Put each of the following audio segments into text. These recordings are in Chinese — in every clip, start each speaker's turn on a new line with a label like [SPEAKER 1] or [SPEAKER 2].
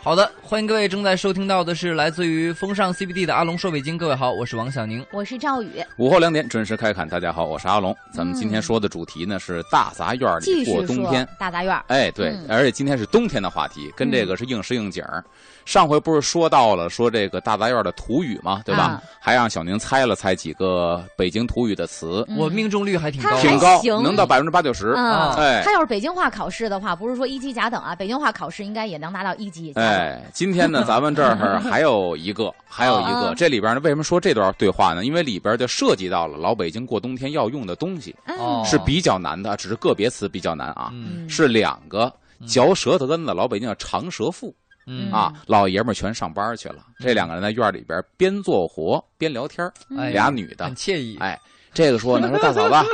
[SPEAKER 1] 好的，欢迎各位正在收听到的是来自于风尚 CBD 的阿龙说北京。各位好，我是王小宁。
[SPEAKER 2] 我是赵宇，
[SPEAKER 3] 午后两点准时开侃，大家好，我是阿龙。咱们今天说的主题呢是大杂院
[SPEAKER 2] 嗯继
[SPEAKER 3] 里
[SPEAKER 2] 续
[SPEAKER 3] 过冬
[SPEAKER 2] 说
[SPEAKER 3] 天。
[SPEAKER 2] 大杂院儿。
[SPEAKER 3] 哎，对，
[SPEAKER 2] 嗯
[SPEAKER 3] 而且今天是冬天的话题，跟这个是应时应景儿。上回不是说到了说这个大杂院的土语嘛，对吧？
[SPEAKER 2] 啊
[SPEAKER 3] 还让小宁猜了猜几个北京土语的词，
[SPEAKER 2] 嗯
[SPEAKER 1] 我命中率还挺
[SPEAKER 2] 他
[SPEAKER 1] 高
[SPEAKER 2] 还
[SPEAKER 3] 挺
[SPEAKER 1] 的，
[SPEAKER 3] 高，
[SPEAKER 2] 行
[SPEAKER 3] 能到百分之八九十。
[SPEAKER 1] 啊
[SPEAKER 2] 嗯，
[SPEAKER 3] 哎
[SPEAKER 2] 他要是北京话考试的话，不是说一级甲等啊，北京话考试应该也能拿到一级甲等。
[SPEAKER 3] 哎，今天呢，咱们这儿还有 一个，还有一个
[SPEAKER 2] 啊，
[SPEAKER 3] 这里边呢，为什么说这段对话呢？因为里边就涉及到了老北京过冬天要用的东西
[SPEAKER 1] 哦
[SPEAKER 2] 嗯，
[SPEAKER 3] 是比较难的，只是个别词比较难啊。
[SPEAKER 1] 嗯
[SPEAKER 2] 嗯
[SPEAKER 3] 是两个嚼舌头根子，老北京叫长舌妇
[SPEAKER 1] 嗯
[SPEAKER 3] 啊，老爷们儿全上班去了，这两个人在院里边边做活边聊天儿，
[SPEAKER 1] 哎
[SPEAKER 3] 俩女的
[SPEAKER 1] 很，惬意。
[SPEAKER 3] 哎，这个说呢说大嫂子，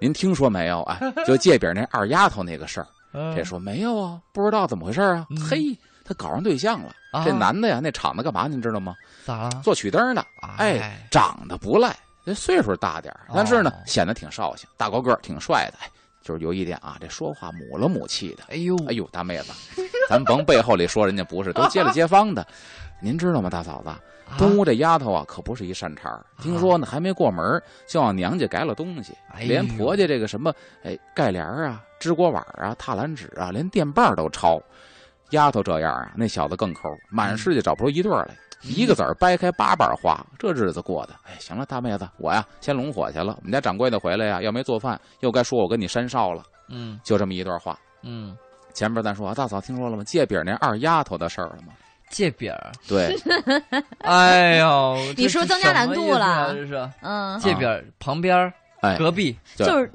[SPEAKER 3] 您听说没有？哎，就借饼那二丫头那个事儿，这说没有啊，不知道怎么回事儿啊
[SPEAKER 1] 嗯，
[SPEAKER 3] 嘿。他搞上对象了，
[SPEAKER 1] 啊
[SPEAKER 3] 这男的呀，那厂子干嘛您知道吗？
[SPEAKER 1] 咋了？
[SPEAKER 3] 做曲灯的，哎
[SPEAKER 1] 哎，
[SPEAKER 3] 长得不赖，这岁数大点儿
[SPEAKER 1] 哦
[SPEAKER 3] 但是呢，显得挺绍兴，大高个儿，挺帅的，哎，就是有一点啊，这说话母了母气的，
[SPEAKER 1] 哎呦，
[SPEAKER 3] 哎呦，大妹子，咱甭背后里说人家不是，都街里街坊的。您知道吗，大嫂子，
[SPEAKER 1] 啊
[SPEAKER 3] 东屋这丫头啊，可不是一善茬儿。听说呢，还没过门儿就往娘家改了东西，
[SPEAKER 1] 哎呦
[SPEAKER 3] 连婆家这个什么，哎，盖帘儿啊、支锅碗儿啊、踏栏纸啊，连垫把儿都抄。丫头这样啊，那小子更抠，满
[SPEAKER 1] 嗯
[SPEAKER 3] 世界找不出一对儿来，一个子儿掰开八瓣花，这日子过的。哎，行了，大妹子，我呀先拢火去了。我们家掌柜的回来呀，要没做饭，又该说我跟你山少了。
[SPEAKER 1] 嗯
[SPEAKER 3] 就这么一段话。
[SPEAKER 1] 嗯，
[SPEAKER 3] 前边咱说啊，大嫂听说了吗？借饼那二丫头的事儿了吗？
[SPEAKER 1] 借饼儿，
[SPEAKER 3] 对，
[SPEAKER 1] 哎呦，
[SPEAKER 2] 你
[SPEAKER 1] 这
[SPEAKER 2] 说
[SPEAKER 1] 是
[SPEAKER 2] 增加
[SPEAKER 1] 什么
[SPEAKER 2] 难度
[SPEAKER 1] 意思啊
[SPEAKER 2] 了
[SPEAKER 1] 这是
[SPEAKER 2] 嗯，
[SPEAKER 1] 借饼儿旁边儿
[SPEAKER 3] 哎，
[SPEAKER 1] 隔壁
[SPEAKER 3] 对
[SPEAKER 2] 就是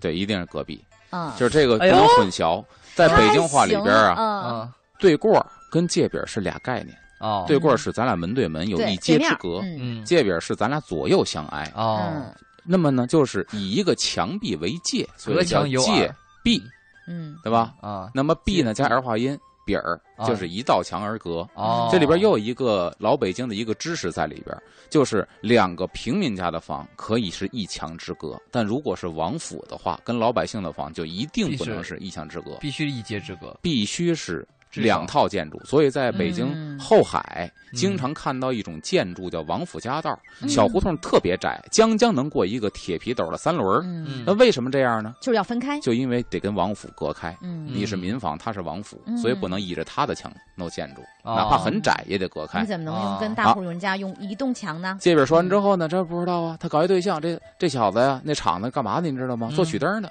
[SPEAKER 3] 对，一定是隔壁，
[SPEAKER 2] 嗯，
[SPEAKER 3] 就是这个不
[SPEAKER 1] 哎呦
[SPEAKER 3] 能混淆。在北京话里边啊，
[SPEAKER 2] 啊，
[SPEAKER 1] 啊
[SPEAKER 3] 对过儿跟借饼是俩概念，
[SPEAKER 1] 哦
[SPEAKER 3] 对过儿是咱俩门对门有
[SPEAKER 2] 嗯对
[SPEAKER 3] 一街
[SPEAKER 2] 面
[SPEAKER 3] 之
[SPEAKER 2] 儿
[SPEAKER 3] 隔，
[SPEAKER 2] 嗯
[SPEAKER 1] 嗯
[SPEAKER 3] 借饼是咱俩左右相挨。
[SPEAKER 1] 哦
[SPEAKER 2] 嗯
[SPEAKER 3] 那么呢，就是以一个墙壁为界，所
[SPEAKER 1] 隔
[SPEAKER 3] 以叫
[SPEAKER 1] 墙有耳
[SPEAKER 3] 界壁，
[SPEAKER 2] 嗯，
[SPEAKER 3] 对吧？
[SPEAKER 1] 啊
[SPEAKER 3] 那么壁呢加儿化音，饼儿
[SPEAKER 1] 啊
[SPEAKER 3] 就是一道墙而隔。
[SPEAKER 1] 哦，
[SPEAKER 3] 这里边又有一个老北京的一个知识在里边，就是两个平民家的房可以是一墙之隔，但如果是王府的话，跟老百姓的房就一定不能是一墙之隔，
[SPEAKER 1] 必须一街之隔，
[SPEAKER 3] 必须是
[SPEAKER 1] 至少
[SPEAKER 3] 两套建筑。所以在北
[SPEAKER 2] 嗯
[SPEAKER 3] 京后海，
[SPEAKER 1] 嗯
[SPEAKER 3] 经常看到一种建筑叫王府夹道，
[SPEAKER 2] 嗯
[SPEAKER 3] 小胡同特别窄，将将能过一个铁皮斗的三轮儿。
[SPEAKER 2] 嗯，
[SPEAKER 3] 那为什么这样呢？
[SPEAKER 2] 就是要分开，
[SPEAKER 3] 就因为得跟王府隔开。
[SPEAKER 2] 嗯，
[SPEAKER 3] 你是民房，他是王府，
[SPEAKER 2] 嗯
[SPEAKER 3] 所以不能依着他的墙弄建筑，
[SPEAKER 1] 哦
[SPEAKER 3] 哪怕很窄也得隔开
[SPEAKER 2] 你。怎么能用
[SPEAKER 1] 啊
[SPEAKER 2] 跟大户人家用移动墙呢？
[SPEAKER 3] 这边说完之后呢，这不知道啊，他搞一对象，这这小子呀，那厂子干嘛的，你知道吗？
[SPEAKER 1] 嗯
[SPEAKER 3] 做曲灯的，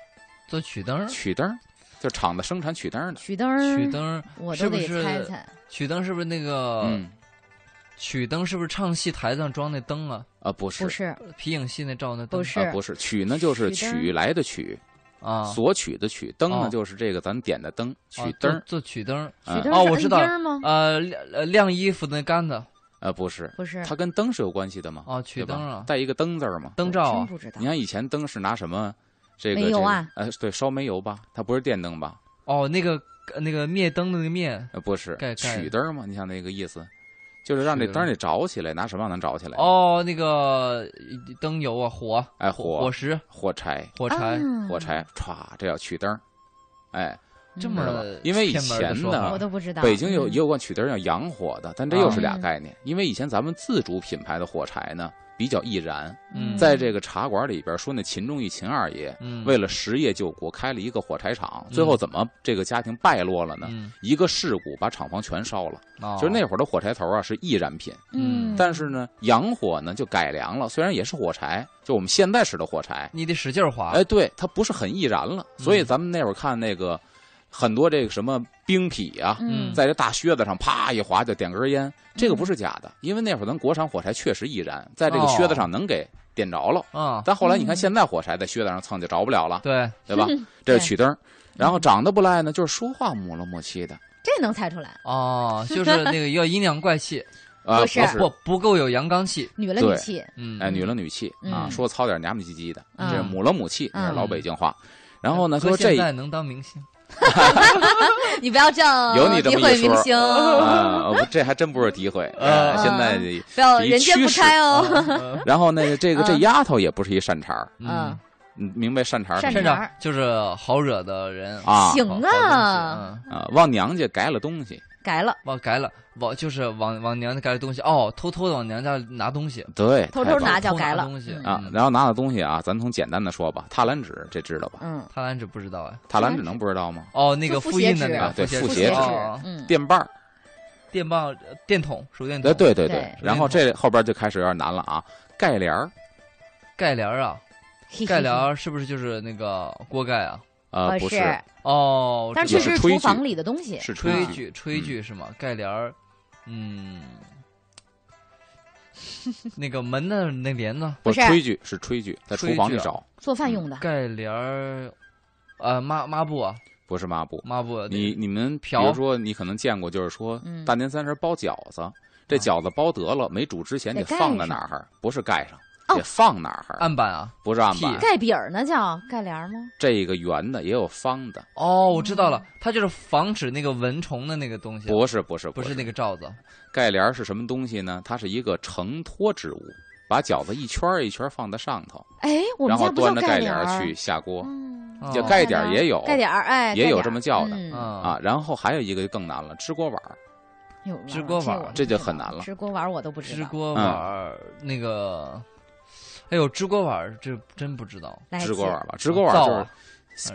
[SPEAKER 1] 做曲灯儿，
[SPEAKER 3] 曲灯，就厂子生产曲灯的。
[SPEAKER 2] 曲灯儿，
[SPEAKER 1] 曲灯儿，
[SPEAKER 2] 我
[SPEAKER 1] 是
[SPEAKER 2] 都
[SPEAKER 1] 不
[SPEAKER 2] 得
[SPEAKER 1] 是
[SPEAKER 2] 猜猜。
[SPEAKER 1] 曲灯是不是那个？
[SPEAKER 3] 嗯，
[SPEAKER 1] 曲灯是不是唱戏台上装那灯啊？
[SPEAKER 3] 啊，不是
[SPEAKER 2] 不，是，
[SPEAKER 1] 皮影戏那照那灯
[SPEAKER 2] 不
[SPEAKER 3] 啊，
[SPEAKER 2] 是，
[SPEAKER 3] 不是，曲呢就是
[SPEAKER 2] 曲灯
[SPEAKER 3] 取来的取，
[SPEAKER 1] 啊，
[SPEAKER 3] 索取的取，灯
[SPEAKER 1] 哦
[SPEAKER 3] 呢就是这个咱点的灯，
[SPEAKER 1] 啊
[SPEAKER 3] 曲灯
[SPEAKER 1] 做做曲灯，
[SPEAKER 2] 曲
[SPEAKER 3] 嗯
[SPEAKER 2] 灯
[SPEAKER 1] 哦
[SPEAKER 2] 是
[SPEAKER 1] 我
[SPEAKER 2] 摁
[SPEAKER 1] 知道了
[SPEAKER 2] 钉儿吗？
[SPEAKER 1] 呃晾呃晾衣服那杆子
[SPEAKER 3] 啊，不是，
[SPEAKER 2] 不是，
[SPEAKER 3] 它跟灯是有关系的吗？
[SPEAKER 1] 啊，曲
[SPEAKER 3] 对吧
[SPEAKER 1] 灯啊，
[SPEAKER 3] 带一个灯字儿嘛。
[SPEAKER 1] 灯罩
[SPEAKER 2] 真
[SPEAKER 1] 啊，
[SPEAKER 2] 不知道
[SPEAKER 3] 你。看以前灯是拿什么？这个
[SPEAKER 2] 煤油啊？
[SPEAKER 3] 这个呃，对，烧煤油吧，它不是电灯吧？
[SPEAKER 1] 哦那个呃那个灭灯的那个灭，
[SPEAKER 3] 呃，不是
[SPEAKER 1] 盖，盖
[SPEAKER 3] 曲灯嘛？你想那个意思，就是让这
[SPEAKER 1] 曲灯
[SPEAKER 3] 灯得着起来，拿什么让它着起来？，
[SPEAKER 1] 哦那个呃灯油啊火，
[SPEAKER 3] 哎
[SPEAKER 1] 火
[SPEAKER 3] 火
[SPEAKER 1] 火石
[SPEAKER 3] 火柴，
[SPEAKER 1] 火柴，
[SPEAKER 2] 啊嗯
[SPEAKER 3] 火，柴，歘，这叫曲灯儿，哎，
[SPEAKER 1] 这
[SPEAKER 3] 知道
[SPEAKER 1] 么
[SPEAKER 3] 吧因为以
[SPEAKER 1] 偏门的
[SPEAKER 3] 前
[SPEAKER 1] 说
[SPEAKER 3] 呢
[SPEAKER 1] 法
[SPEAKER 2] 我都不知道。
[SPEAKER 3] 北京有
[SPEAKER 2] 嗯
[SPEAKER 3] 也有管曲灯儿叫洋火的，但这又是俩概念。因为以前咱们自主品牌的火柴呢比较易燃，
[SPEAKER 1] 嗯
[SPEAKER 3] 在这个茶馆里边说那秦仲义秦二爷
[SPEAKER 1] 嗯
[SPEAKER 3] 为了实业救国开了一个火柴厂，最后怎么这个家庭败落了呢？
[SPEAKER 1] 嗯
[SPEAKER 3] 一个事故把厂房全烧了，
[SPEAKER 1] 哦
[SPEAKER 3] 就是那会儿的火柴头啊是易燃品，
[SPEAKER 1] 嗯
[SPEAKER 2] 嗯，
[SPEAKER 3] 但是呢洋火呢就改良了，虽然也是火柴，就我们现在使的火柴，
[SPEAKER 1] 你得使劲儿
[SPEAKER 2] 啊
[SPEAKER 1] 划，
[SPEAKER 3] 哎，对，它不是很易燃了。所以
[SPEAKER 1] 嗯
[SPEAKER 3] 咱们那会儿看那个很多这个什么冰痞啊，
[SPEAKER 2] 嗯，
[SPEAKER 3] 在这大靴子上啪一划就点根烟，这个不是假的，因为那会儿咱国产火柴确实易燃，在
[SPEAKER 2] 哦
[SPEAKER 3] 这个靴子上能给点着了。
[SPEAKER 1] 啊
[SPEAKER 3] 但后来你看
[SPEAKER 2] 嗯
[SPEAKER 3] 现在火柴在靴子上蹭就着不了了，
[SPEAKER 1] 对
[SPEAKER 3] 对吧？这
[SPEAKER 2] 对
[SPEAKER 3] 是曲灯儿。然后长得不赖呢，就是说话磨了磨气的，
[SPEAKER 2] 这能猜出来，
[SPEAKER 1] 哦就是那个要阴阳怪气，
[SPEAKER 3] 啊、
[SPEAKER 2] 不
[SPEAKER 3] 不
[SPEAKER 2] 是
[SPEAKER 3] 是，
[SPEAKER 1] 不不够有阳刚气，
[SPEAKER 2] 女了
[SPEAKER 3] 对
[SPEAKER 2] 女气，
[SPEAKER 1] 嗯
[SPEAKER 3] 哎，女了女气啊，
[SPEAKER 2] 嗯
[SPEAKER 3] 说糙点儿娘们唧唧的，
[SPEAKER 2] 嗯
[SPEAKER 3] 这母了母气，这是老北京话。然后呢，
[SPEAKER 1] 搁
[SPEAKER 3] 说这
[SPEAKER 1] 现在能当明星，
[SPEAKER 2] 你不要这样
[SPEAKER 3] 有你这
[SPEAKER 2] 诋
[SPEAKER 3] 么一
[SPEAKER 2] 毁
[SPEAKER 3] 说
[SPEAKER 2] 明星，
[SPEAKER 3] 啊，不这还真不是 诋毁，
[SPEAKER 2] 啊
[SPEAKER 1] 呃
[SPEAKER 3] 哎现在
[SPEAKER 2] 不要
[SPEAKER 3] 一
[SPEAKER 2] 人间不
[SPEAKER 3] 趋势
[SPEAKER 2] 开
[SPEAKER 1] 啊
[SPEAKER 2] 哦。
[SPEAKER 3] 然后呢，这个这
[SPEAKER 2] 嗯
[SPEAKER 3] 丫头也不是一善茬儿，
[SPEAKER 2] 嗯，
[SPEAKER 3] 你明白善茬儿什
[SPEAKER 1] 甚
[SPEAKER 2] 善
[SPEAKER 3] 么意
[SPEAKER 1] 至
[SPEAKER 3] 思
[SPEAKER 2] 茬
[SPEAKER 1] 啊就是好惹的人
[SPEAKER 3] 啊
[SPEAKER 2] 行
[SPEAKER 1] 好好东西
[SPEAKER 2] 啊，
[SPEAKER 1] 嗯
[SPEAKER 3] 啊？往娘家改了东西，
[SPEAKER 2] 改了，
[SPEAKER 1] 往改了，往就是往往娘家改了东西哦，偷偷的往娘家拿东西，
[SPEAKER 3] 对，
[SPEAKER 2] 偷
[SPEAKER 3] 太
[SPEAKER 2] 偷
[SPEAKER 3] 棒
[SPEAKER 2] 拿
[SPEAKER 3] 了
[SPEAKER 2] 叫
[SPEAKER 1] 偷
[SPEAKER 2] 改了
[SPEAKER 1] 东西
[SPEAKER 2] 嗯
[SPEAKER 3] 啊
[SPEAKER 1] 嗯。
[SPEAKER 3] 然后拿的东西啊，咱从简单的说吧，踏蓝纸这知道吧？
[SPEAKER 2] 嗯，
[SPEAKER 1] 踏蓝纸不知道哎，
[SPEAKER 3] 踏蓝
[SPEAKER 2] 踏
[SPEAKER 3] 纸
[SPEAKER 2] 蓝
[SPEAKER 3] 能不知道吗？
[SPEAKER 1] 哦，那个
[SPEAKER 2] 就
[SPEAKER 1] 复印的
[SPEAKER 2] 复写纸
[SPEAKER 1] 那
[SPEAKER 2] 啊
[SPEAKER 1] 个
[SPEAKER 3] 对
[SPEAKER 1] 写
[SPEAKER 3] 复
[SPEAKER 2] 复
[SPEAKER 3] 写
[SPEAKER 2] 写
[SPEAKER 3] 纸
[SPEAKER 2] 纸
[SPEAKER 1] 哦，哦
[SPEAKER 2] 嗯，
[SPEAKER 3] 电棒儿，
[SPEAKER 1] 电棒、呃电筒、手电
[SPEAKER 3] 哎，
[SPEAKER 1] 筒，
[SPEAKER 3] 对对
[SPEAKER 2] 对
[SPEAKER 3] 然后这后边就开始有点难了啊，盖帘儿，
[SPEAKER 1] 盖帘儿啊，
[SPEAKER 2] 嘿嘿
[SPEAKER 1] 盖帘
[SPEAKER 2] 嗯嘿
[SPEAKER 1] 儿是不是就是那个锅盖啊？
[SPEAKER 3] 呃，
[SPEAKER 2] 呃
[SPEAKER 3] 不
[SPEAKER 2] 是，
[SPEAKER 3] 是，
[SPEAKER 1] 哦，
[SPEAKER 2] 但
[SPEAKER 1] 这
[SPEAKER 2] 确
[SPEAKER 1] 个
[SPEAKER 3] 是嗯
[SPEAKER 2] 实
[SPEAKER 3] 炊
[SPEAKER 2] 厨
[SPEAKER 3] 具
[SPEAKER 2] 房里的东西，
[SPEAKER 3] 是
[SPEAKER 1] 炊具，
[SPEAKER 3] 具。
[SPEAKER 1] 炊具是吗？盖帘儿， 嗯，那个门的那帘子，
[SPEAKER 3] 不
[SPEAKER 2] 不
[SPEAKER 3] 是
[SPEAKER 2] 是
[SPEAKER 3] 炊具，是炊具，在
[SPEAKER 1] 炊
[SPEAKER 3] 厨房
[SPEAKER 1] 具
[SPEAKER 3] 里
[SPEAKER 1] 啊
[SPEAKER 3] 找，
[SPEAKER 2] 做饭用
[SPEAKER 3] 嗯
[SPEAKER 2] 的，
[SPEAKER 1] 盖帘儿，呃，抹抹布啊，
[SPEAKER 3] 不是抹布。
[SPEAKER 1] 抹布啊，
[SPEAKER 3] 你你们比
[SPEAKER 1] 瓢
[SPEAKER 3] 如说，你可能见过，就是说
[SPEAKER 2] 嗯哦
[SPEAKER 3] 大年三十包饺子，这
[SPEAKER 1] 啊
[SPEAKER 3] 饺子包得了没煮之前
[SPEAKER 2] 得
[SPEAKER 3] 得
[SPEAKER 2] 盖
[SPEAKER 3] 放在
[SPEAKER 2] 上
[SPEAKER 3] 哪儿？不是盖上，
[SPEAKER 2] 哦
[SPEAKER 3] 得放哪儿？
[SPEAKER 1] 案板啊，
[SPEAKER 3] 不是案板
[SPEAKER 1] 屉，
[SPEAKER 2] 盖饼儿呢叫盖帘儿吗？
[SPEAKER 3] 这个圆的也有方的，
[SPEAKER 1] 哦，我知道了，它就是防止那个蚊虫的那个东西啊，
[SPEAKER 3] 不是不是
[SPEAKER 1] 不是那
[SPEAKER 3] 个
[SPEAKER 1] 个罩子，
[SPEAKER 3] 盖帘儿是什么东西呢？它是一个承托之物，把饺子一圈儿一圈儿放在上头，
[SPEAKER 2] 哎，我
[SPEAKER 3] 然
[SPEAKER 2] 们家
[SPEAKER 3] 后
[SPEAKER 2] 不
[SPEAKER 3] 端
[SPEAKER 2] 叫
[SPEAKER 3] 着
[SPEAKER 2] 盖
[SPEAKER 3] 帘
[SPEAKER 2] 儿
[SPEAKER 3] 儿去，下锅，
[SPEAKER 2] 嗯，
[SPEAKER 1] 哦
[SPEAKER 3] 就盖点儿
[SPEAKER 2] 帘儿
[SPEAKER 3] 也有
[SPEAKER 2] 盖点儿，哎，
[SPEAKER 3] 也
[SPEAKER 2] 盖
[SPEAKER 3] 有
[SPEAKER 2] 点
[SPEAKER 3] 这
[SPEAKER 2] 儿
[SPEAKER 3] 么叫的
[SPEAKER 2] 嗯
[SPEAKER 1] 啊
[SPEAKER 3] 啊。然后还有一个就更难了，吃锅碗儿，
[SPEAKER 2] 有玩儿
[SPEAKER 1] 直锅碗儿
[SPEAKER 2] 我不
[SPEAKER 3] 这就
[SPEAKER 2] 知
[SPEAKER 3] 很
[SPEAKER 2] 道
[SPEAKER 3] 难了
[SPEAKER 2] 直锅碗儿我都不知
[SPEAKER 1] 支
[SPEAKER 2] 道。
[SPEAKER 1] 锅碗儿那个，哎呦，支锅碗儿这真不知道，
[SPEAKER 2] 来
[SPEAKER 3] 支锅
[SPEAKER 2] 请
[SPEAKER 3] 碗儿吧，支锅碗
[SPEAKER 1] 灶
[SPEAKER 3] 儿
[SPEAKER 1] 啊
[SPEAKER 3] 就是
[SPEAKER 1] 哎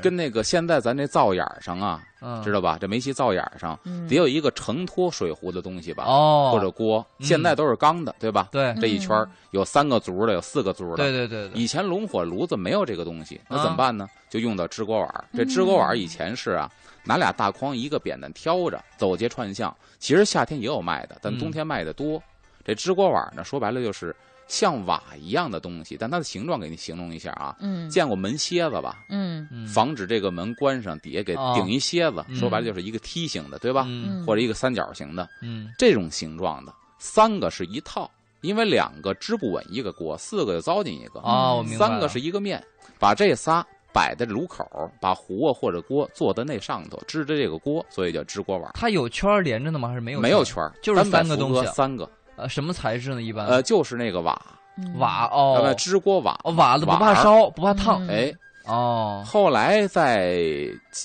[SPEAKER 3] 跟那个现在咱这灶眼儿上啊，
[SPEAKER 1] 嗯，
[SPEAKER 3] 知道吧？这煤气灶眼儿上
[SPEAKER 2] 嗯
[SPEAKER 3] 得有一个承托水壶的东西吧，
[SPEAKER 1] 哦，
[SPEAKER 3] 或者锅，
[SPEAKER 1] 嗯
[SPEAKER 3] 现在都是钢的，对吧？
[SPEAKER 1] 对
[SPEAKER 3] 这一圈
[SPEAKER 2] 嗯
[SPEAKER 3] 儿有三个足的，有四个足的。
[SPEAKER 1] 对对对对，
[SPEAKER 3] 以前龙火炉子没有这个东西，那
[SPEAKER 1] 啊嗯
[SPEAKER 3] 怎么办呢？就用到支锅碗儿。这支锅碗儿以前是啊，拿俩大筐一个扁担挑着走街串巷。其实夏天也有卖的，但
[SPEAKER 1] 嗯
[SPEAKER 3] 冬天卖的多。这支锅碗儿呢，说白了就是像瓦一样的东西，但它的形状给你形容一下啊。
[SPEAKER 2] 嗯
[SPEAKER 3] 见过门楔子吧？
[SPEAKER 2] 嗯
[SPEAKER 1] 嗯
[SPEAKER 3] 防止这个门关上，底下给
[SPEAKER 1] 哦
[SPEAKER 3] 顶一楔子，
[SPEAKER 1] 嗯
[SPEAKER 3] 说白了就是一个梯形的，对吧？
[SPEAKER 1] 嗯
[SPEAKER 2] 嗯，
[SPEAKER 3] 或者一个三角形的
[SPEAKER 1] 嗯
[SPEAKER 3] 这种形状的，三个是一套，因为两个支不稳一个锅，四个就糟践一个，
[SPEAKER 1] 哦，我明白了，
[SPEAKER 3] 三个是一个面，把这仨摆在炉口，把壶啊或者锅坐在那上头，支着这个锅，所以叫支锅碗。
[SPEAKER 1] 它有圈儿连着的吗？还是没有？
[SPEAKER 3] 没有，圈儿，
[SPEAKER 1] 就是
[SPEAKER 3] 单摆
[SPEAKER 1] 三个
[SPEAKER 3] 符
[SPEAKER 1] 东
[SPEAKER 3] 合
[SPEAKER 1] 西
[SPEAKER 3] 三个，啊
[SPEAKER 1] 呃，什么材质呢？一般
[SPEAKER 3] 呃，就是那个瓦，
[SPEAKER 2] 嗯
[SPEAKER 1] 瓦
[SPEAKER 3] 呃，
[SPEAKER 1] 哦，
[SPEAKER 3] 支锅瓦，
[SPEAKER 1] 哦瓦子不怕
[SPEAKER 3] 瓦儿
[SPEAKER 1] 烧，不怕烫
[SPEAKER 2] 嗯
[SPEAKER 3] 哎，
[SPEAKER 1] 哦，
[SPEAKER 3] 后来在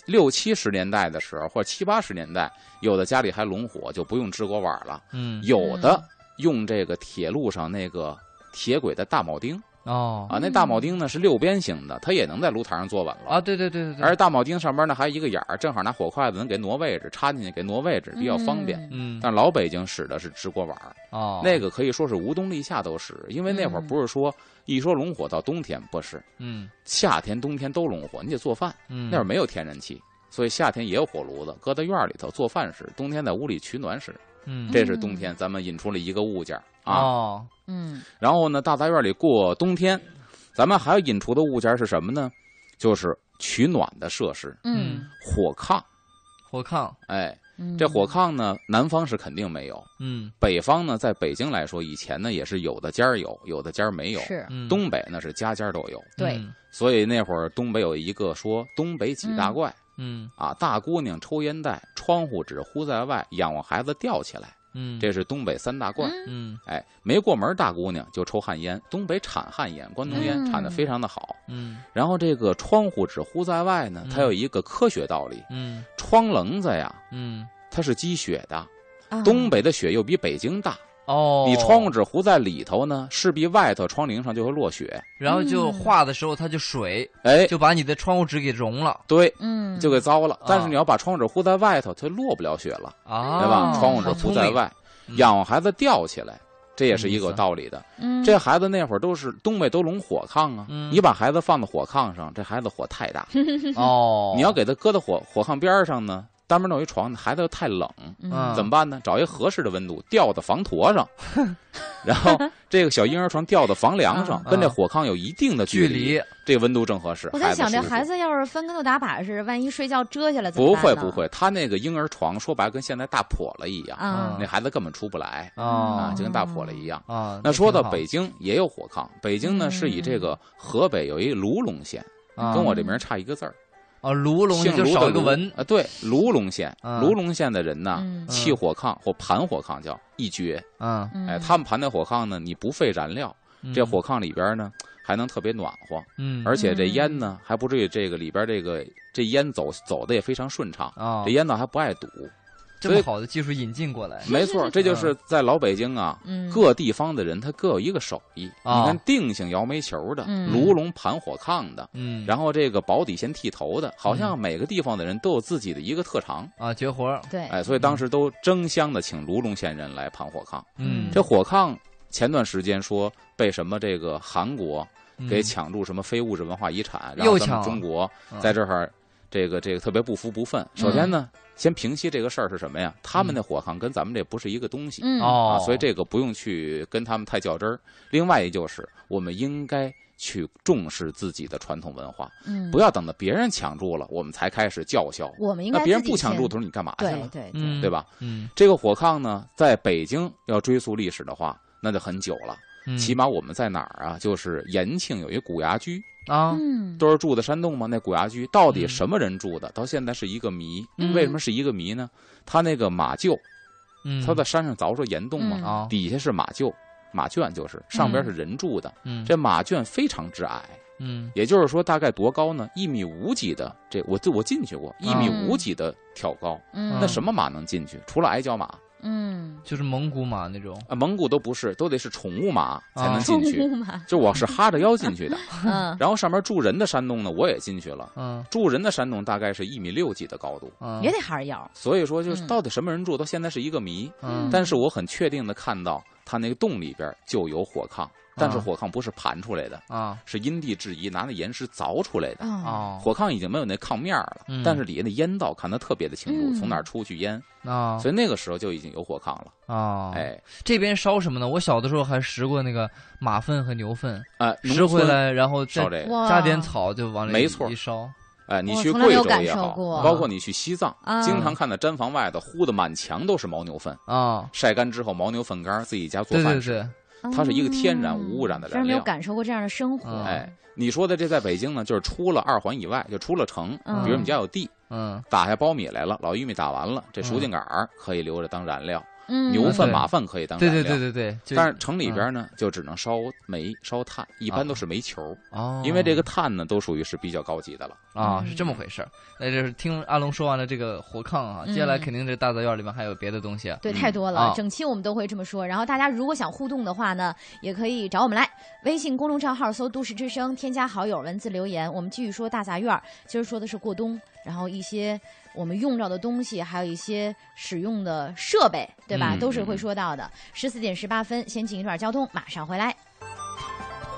[SPEAKER 3] 六七十年代的时候，或者七八十年代，有的家里还龙火，就不用支锅碗了，
[SPEAKER 1] 嗯
[SPEAKER 3] 有的用这个铁路上那个铁轨的大铆钉
[SPEAKER 1] 哦
[SPEAKER 3] 啊，那大铆钉呢是六边形的，它也能在炉台上坐稳了。
[SPEAKER 1] 啊，对对对对对，
[SPEAKER 3] 而大铆钉上边呢还有一个眼儿，正好拿火筷子能给挪位置，插进去给挪位置，比较方便。。
[SPEAKER 2] 嗯
[SPEAKER 1] 嗯
[SPEAKER 3] 但老北京使的是支锅碗儿，
[SPEAKER 1] 哦
[SPEAKER 3] 那个可以说是无冬立夏都使，因为那会儿不是说一说龙火到冬天不是，
[SPEAKER 1] 嗯
[SPEAKER 3] 夏天冬天都龙火，你得做饭。
[SPEAKER 1] 嗯
[SPEAKER 3] 那会儿没有天然气，所以夏天也有火炉子，搁在院儿里头做饭时，冬天在屋里取暖时，
[SPEAKER 1] 嗯
[SPEAKER 3] 这是冬天咱们引出了一个物件儿啊。
[SPEAKER 1] 哦
[SPEAKER 2] 嗯，
[SPEAKER 3] 然后呢，大杂院里过冬天，咱们还要引出的物件儿是什么呢？就是取暖的设施，
[SPEAKER 2] 嗯
[SPEAKER 3] 火炕。
[SPEAKER 1] 火炕
[SPEAKER 3] 哎，
[SPEAKER 2] 嗯，
[SPEAKER 3] 这火炕呢，南方是肯定没有，
[SPEAKER 1] 嗯
[SPEAKER 3] 北方呢，在北京来说，以前呢也是有的家儿有，有的家儿没有。
[SPEAKER 2] 是
[SPEAKER 1] 嗯
[SPEAKER 3] 东北那是家家都有，
[SPEAKER 2] 对
[SPEAKER 1] 嗯
[SPEAKER 3] 所以那会儿东北有一个说东北几大
[SPEAKER 2] 嗯
[SPEAKER 3] 怪。
[SPEAKER 1] 嗯
[SPEAKER 3] 啊，大姑娘抽烟袋，窗户纸糊在外，养活孩子吊起来，
[SPEAKER 1] 嗯
[SPEAKER 3] 这是东北三大怪。
[SPEAKER 2] 嗯
[SPEAKER 1] 嗯
[SPEAKER 3] 哎，没过门大姑娘就抽旱烟，东北产旱烟，关东烟
[SPEAKER 2] 嗯
[SPEAKER 3] 产的非常的好。
[SPEAKER 1] 嗯
[SPEAKER 3] 然后这个窗户纸糊在外呢，
[SPEAKER 1] 嗯
[SPEAKER 3] 它有一个科学道理，
[SPEAKER 1] 嗯
[SPEAKER 3] 窗棱子呀，
[SPEAKER 1] 嗯
[SPEAKER 3] 它是积雪的，
[SPEAKER 2] 啊
[SPEAKER 3] 东北的雪又比北京大，
[SPEAKER 1] 哦，
[SPEAKER 3] 你窗户纸糊在里头呢，势必外头窗棂上就会落雪。
[SPEAKER 1] 然后就
[SPEAKER 2] 嗯
[SPEAKER 1] 化的时候它就水
[SPEAKER 3] 哎，
[SPEAKER 1] 就把你的窗户纸给融了
[SPEAKER 3] 对，
[SPEAKER 2] 嗯
[SPEAKER 3] 就给糟了。但是
[SPEAKER 1] 啊
[SPEAKER 3] 你要把窗户纸糊在外头，它落不了雪了。
[SPEAKER 1] 啊，
[SPEAKER 3] 对吧？
[SPEAKER 2] 哦
[SPEAKER 3] 窗户纸
[SPEAKER 1] 好
[SPEAKER 3] 糊
[SPEAKER 1] 聪
[SPEAKER 3] 在
[SPEAKER 1] 明
[SPEAKER 3] 外，
[SPEAKER 1] 嗯
[SPEAKER 3] 养孩子吊起来，这也是一个有道理的。
[SPEAKER 2] 嗯
[SPEAKER 3] 这孩子那会儿都是东北都拢火炕啊，
[SPEAKER 1] 嗯
[SPEAKER 3] 你把孩子放到火炕上，这孩子火太大；
[SPEAKER 1] 哦，
[SPEAKER 3] 你要给他搁到火火炕边儿上呢，单门弄一床，孩子又太冷，
[SPEAKER 1] 嗯
[SPEAKER 3] 怎么办呢？找一合适的温度，吊到房 坨上，然后这个小婴儿床吊到房梁上，
[SPEAKER 1] 啊
[SPEAKER 3] 跟这火炕有一定的
[SPEAKER 1] 距
[SPEAKER 3] 离，
[SPEAKER 1] 离
[SPEAKER 3] 这个温度正合适。
[SPEAKER 2] 我在想，这
[SPEAKER 3] 舒服
[SPEAKER 2] 孩。子要是翻跟头打把式，万一睡觉折下来怎么
[SPEAKER 3] 不
[SPEAKER 2] 办
[SPEAKER 3] 会
[SPEAKER 2] 呢
[SPEAKER 3] 不会，他那个婴儿床说白了跟现在大笸箩一样，
[SPEAKER 2] 啊
[SPEAKER 3] 那孩子根本出不来啊，
[SPEAKER 1] 啊
[SPEAKER 3] 就跟大笸箩一样。
[SPEAKER 1] 啊。
[SPEAKER 3] 那说到
[SPEAKER 1] 挺好
[SPEAKER 3] 北京也有火炕，北京呢是以这个河北有一卢龙县，
[SPEAKER 1] 啊
[SPEAKER 3] 跟我这名儿差一个字儿，
[SPEAKER 1] 啊，卢龙
[SPEAKER 3] 姓
[SPEAKER 1] 就
[SPEAKER 3] 卢
[SPEAKER 1] 少
[SPEAKER 3] 的
[SPEAKER 1] 一个
[SPEAKER 3] 卢
[SPEAKER 1] 文
[SPEAKER 3] 啊，对，卢龙县，
[SPEAKER 1] 啊
[SPEAKER 3] 卢龙县的人呐，
[SPEAKER 2] 嗯
[SPEAKER 3] 砌火炕或盘火炕叫一绝，
[SPEAKER 1] 啊。
[SPEAKER 2] 嗯
[SPEAKER 3] 哎，他们盘那火炕呢，你不费燃料，
[SPEAKER 1] 嗯
[SPEAKER 3] 这火炕里边呢还能特别暖和，
[SPEAKER 1] 嗯
[SPEAKER 3] 而且这烟呢还不至于这个里边这个这烟走走的也非常顺畅，
[SPEAKER 1] 啊
[SPEAKER 3] 这烟呢还不爱堵，
[SPEAKER 1] 这么好的技术引进过来，
[SPEAKER 3] 没错，这
[SPEAKER 1] 嗯
[SPEAKER 3] 就是在老北京啊，
[SPEAKER 2] 嗯，
[SPEAKER 3] 各地方的人他各有一个手艺。
[SPEAKER 1] 啊
[SPEAKER 3] 你看定兴摇煤球的，
[SPEAKER 2] 嗯
[SPEAKER 3] 炉龙盘火炕的，
[SPEAKER 1] 嗯，
[SPEAKER 3] 然后这个保底线剃头的，好像每个地方的人都有自己的一个特长。
[SPEAKER 1] 啊，绝活儿，
[SPEAKER 2] 对，
[SPEAKER 3] 哎，所以当时都争相的请卢龙县人来盘火炕。
[SPEAKER 1] 嗯，
[SPEAKER 3] 这火炕前段时间说被什么这个韩国
[SPEAKER 1] 嗯
[SPEAKER 3] 给抢注什么非物质文化遗产，然后
[SPEAKER 1] 又
[SPEAKER 3] 咱
[SPEAKER 1] 抢了
[SPEAKER 3] 们中国
[SPEAKER 2] 啊
[SPEAKER 1] 嗯
[SPEAKER 3] 在这儿这个这个特别不服不
[SPEAKER 2] 嗯
[SPEAKER 3] 忿。首先呢，先平息这个事儿是什么呀？他们那火炕跟咱们这不是一个东西。
[SPEAKER 2] 嗯，
[SPEAKER 1] 哦
[SPEAKER 3] 啊，，所以这个不用去跟他们太较真儿。另外一就是，我们应该去重视自己的传统文化，
[SPEAKER 2] 嗯，
[SPEAKER 3] 不要等到别人抢注了，我们才开始叫嚣。
[SPEAKER 2] 我们应该
[SPEAKER 3] 那别人
[SPEAKER 2] 自己
[SPEAKER 3] 不抢
[SPEAKER 2] 先
[SPEAKER 3] 注的时候，你干嘛去
[SPEAKER 2] 对
[SPEAKER 3] 了？
[SPEAKER 2] 对对，
[SPEAKER 1] 嗯，
[SPEAKER 3] 对？吧？
[SPEAKER 1] 嗯，
[SPEAKER 3] 这个火炕呢，在北京要追溯历史的话，那就很久了。
[SPEAKER 1] 嗯
[SPEAKER 3] 起码我们在哪儿啊？就是延庆有一古崖居，
[SPEAKER 1] 啊，
[SPEAKER 2] 嗯，
[SPEAKER 3] 都是住的山洞嘛。那古崖居到底
[SPEAKER 1] 嗯
[SPEAKER 3] 什么人住的？到现在是一个谜。
[SPEAKER 2] 嗯
[SPEAKER 3] 为什么是一个谜呢？他那个马厩，
[SPEAKER 1] 嗯，
[SPEAKER 3] 他在山上凿出岩洞嘛，
[SPEAKER 2] 嗯
[SPEAKER 1] 啊，
[SPEAKER 3] 底下是马厩。马圈就是上边是人住的，
[SPEAKER 1] 嗯，
[SPEAKER 3] 这马圈非常之矮，
[SPEAKER 1] 嗯
[SPEAKER 3] 也就是说大概多高呢？一米五几的，这我我进去过，一米
[SPEAKER 2] 嗯
[SPEAKER 3] 五几的挑高，
[SPEAKER 2] 嗯，
[SPEAKER 3] 那什么马能进去？除了矮脚马，
[SPEAKER 2] 嗯，
[SPEAKER 1] 就是蒙古马那种，
[SPEAKER 3] 啊，蒙古都不是，都得是宠物马才能
[SPEAKER 1] 啊
[SPEAKER 3] 进去。
[SPEAKER 2] 宠物嘛，
[SPEAKER 3] 就我是哈着腰进去的，
[SPEAKER 2] 嗯，
[SPEAKER 3] 然后上面住人的山洞呢，我也进去了。
[SPEAKER 1] 嗯
[SPEAKER 3] 住人的山洞大概是一米六几的高度，
[SPEAKER 1] 嗯，
[SPEAKER 2] 也得哈着腰，
[SPEAKER 3] 所以说就是
[SPEAKER 2] 嗯
[SPEAKER 3] 到底什么人住，到现在是一个谜。
[SPEAKER 1] 嗯，
[SPEAKER 3] 但是我很确定的看到，它那个洞里边就有火炕，但是
[SPEAKER 1] 啊
[SPEAKER 3] 火炕不是盘出来的，
[SPEAKER 1] 啊
[SPEAKER 3] 是因地制宜拿那岩石凿出来的。
[SPEAKER 2] 啊，
[SPEAKER 1] 哦
[SPEAKER 3] 火炕已经没有那炕面儿了，
[SPEAKER 1] 嗯
[SPEAKER 3] 但是里下的烟道看得特别的清楚，
[SPEAKER 2] 嗯
[SPEAKER 3] 从哪儿出去烟，
[SPEAKER 1] 啊
[SPEAKER 3] 嗯所以那个时候就已经有火炕了。
[SPEAKER 1] 啊，
[SPEAKER 3] 哎，
[SPEAKER 1] 这边烧什么呢？我小的时候还拾过那个马粪和牛粪，
[SPEAKER 3] 啊，农
[SPEAKER 1] 拾回
[SPEAKER 3] 村
[SPEAKER 1] 来然后再
[SPEAKER 3] 烧这个。
[SPEAKER 2] 哇，
[SPEAKER 1] 加点草就往里
[SPEAKER 3] 没错
[SPEAKER 1] 一烧，
[SPEAKER 3] 哎，你
[SPEAKER 2] 我
[SPEAKER 3] 去
[SPEAKER 2] 从来没
[SPEAKER 3] 贵
[SPEAKER 2] 有
[SPEAKER 3] 州
[SPEAKER 2] 感
[SPEAKER 3] 也
[SPEAKER 2] 受
[SPEAKER 3] 好，
[SPEAKER 2] 过
[SPEAKER 3] 包括你去西藏，
[SPEAKER 2] 啊，
[SPEAKER 3] 经常看到毡房外头糊的满墙都是牦牛粪，
[SPEAKER 1] 啊，
[SPEAKER 3] 晒干之后牦牛粪干儿自己家做
[SPEAKER 1] 对对
[SPEAKER 3] 饭吃。
[SPEAKER 1] 对，
[SPEAKER 3] 它是一个天然无污染的
[SPEAKER 2] 虽然嗯没
[SPEAKER 3] 燃
[SPEAKER 2] 有
[SPEAKER 3] 料
[SPEAKER 2] 感受过这样的生活，
[SPEAKER 1] 嗯
[SPEAKER 3] 哎，你说的这在北京呢，就是出了二环以外，就出了城，
[SPEAKER 2] 嗯
[SPEAKER 3] 比如你家有地，
[SPEAKER 1] 嗯
[SPEAKER 3] 打下苞米来了，老玉米打完了，这熟茎杆儿可以留着当燃料，
[SPEAKER 2] 嗯，
[SPEAKER 3] 牛粪、
[SPEAKER 1] 对
[SPEAKER 3] 马粪可以当
[SPEAKER 1] 对
[SPEAKER 3] 燃料。
[SPEAKER 1] 对对对对，就
[SPEAKER 3] 但是城里边呢，就只能烧煤、烧炭，一般
[SPEAKER 1] 啊
[SPEAKER 3] 都是煤球，
[SPEAKER 1] 哦，
[SPEAKER 3] 因为这个炭呢，都属于是比较高级的了。
[SPEAKER 1] 啊
[SPEAKER 2] 嗯
[SPEAKER 1] 是这么回事儿。那就是听阿龙说完了这个火炕啊，
[SPEAKER 2] 嗯
[SPEAKER 1] 接下来肯定这大杂院里面还有别的东西。
[SPEAKER 2] 对，
[SPEAKER 3] 嗯
[SPEAKER 2] 太多了，
[SPEAKER 1] 啊
[SPEAKER 2] 整期我们都会这么说。然后大家如果想互动的话呢，也可以找我们来微信公众账号搜“都市之声”，添加好友，文字留言。我们继续说大杂院儿，今儿说的是过冬，然后一些我们用着的东西，还有一些使用的设备，对吧？
[SPEAKER 3] 嗯
[SPEAKER 2] 都是会说到的。十四点十八分，先进一段交通，马上回来。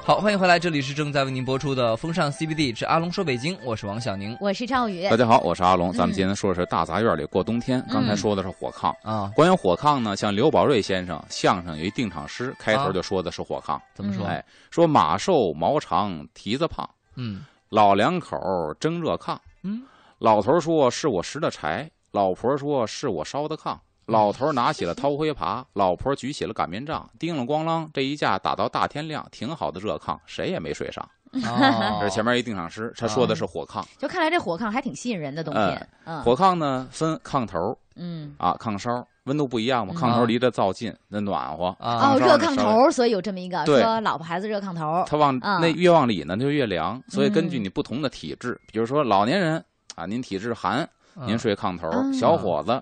[SPEAKER 1] 好，欢迎回来，这里是正在为您播出的《风尚 CBD 之阿龙说北京》，我是王小宁
[SPEAKER 2] 我是赵宇
[SPEAKER 3] 大，家好，我是阿龙，
[SPEAKER 2] 嗯
[SPEAKER 3] 咱们今天说的是大杂院里过冬天，
[SPEAKER 1] 嗯
[SPEAKER 3] 刚才说的是火炕。
[SPEAKER 1] 啊。
[SPEAKER 3] 关于火炕呢，像刘宝瑞先生相声有一定场诗，开头就说的是火炕，
[SPEAKER 1] 啊怎么说？
[SPEAKER 3] 哎，说马瘦毛长蹄子胖，
[SPEAKER 1] 嗯
[SPEAKER 3] 老两口蒸热炕，
[SPEAKER 1] 嗯，
[SPEAKER 3] 老头说是我拾的柴，老婆说是我烧的炕。老头拿起了掏灰耙，老婆举起了擀面杖，叮了咣啷，这一架打到大天亮，挺好的热炕，谁也没睡上。
[SPEAKER 1] 哦
[SPEAKER 3] 这是前面一定场诗，他
[SPEAKER 2] 哦
[SPEAKER 3] 说的是火炕。
[SPEAKER 2] 就看来这火炕还挺吸引人的冬天
[SPEAKER 3] 哎。
[SPEAKER 2] 嗯
[SPEAKER 3] 火炕呢分炕头
[SPEAKER 2] 嗯，
[SPEAKER 3] 啊、炕梢，温度不一样嘛，
[SPEAKER 2] 嗯
[SPEAKER 3] 炕头离着灶近，那暖和。
[SPEAKER 1] 啊
[SPEAKER 2] 哦，
[SPEAKER 3] 炕梢
[SPEAKER 2] 热
[SPEAKER 3] 呢
[SPEAKER 2] 炕
[SPEAKER 3] 稍微
[SPEAKER 2] 头儿，所以有这么一个
[SPEAKER 3] 对
[SPEAKER 2] 说老婆孩子热炕头儿。
[SPEAKER 3] 它往
[SPEAKER 2] 嗯
[SPEAKER 3] 那越往里呢，它就越凉。所以根据
[SPEAKER 2] 嗯
[SPEAKER 3] 你不同的体质，比如说老年人啊，您体质寒，您睡炕头；
[SPEAKER 2] 嗯
[SPEAKER 3] 小伙子，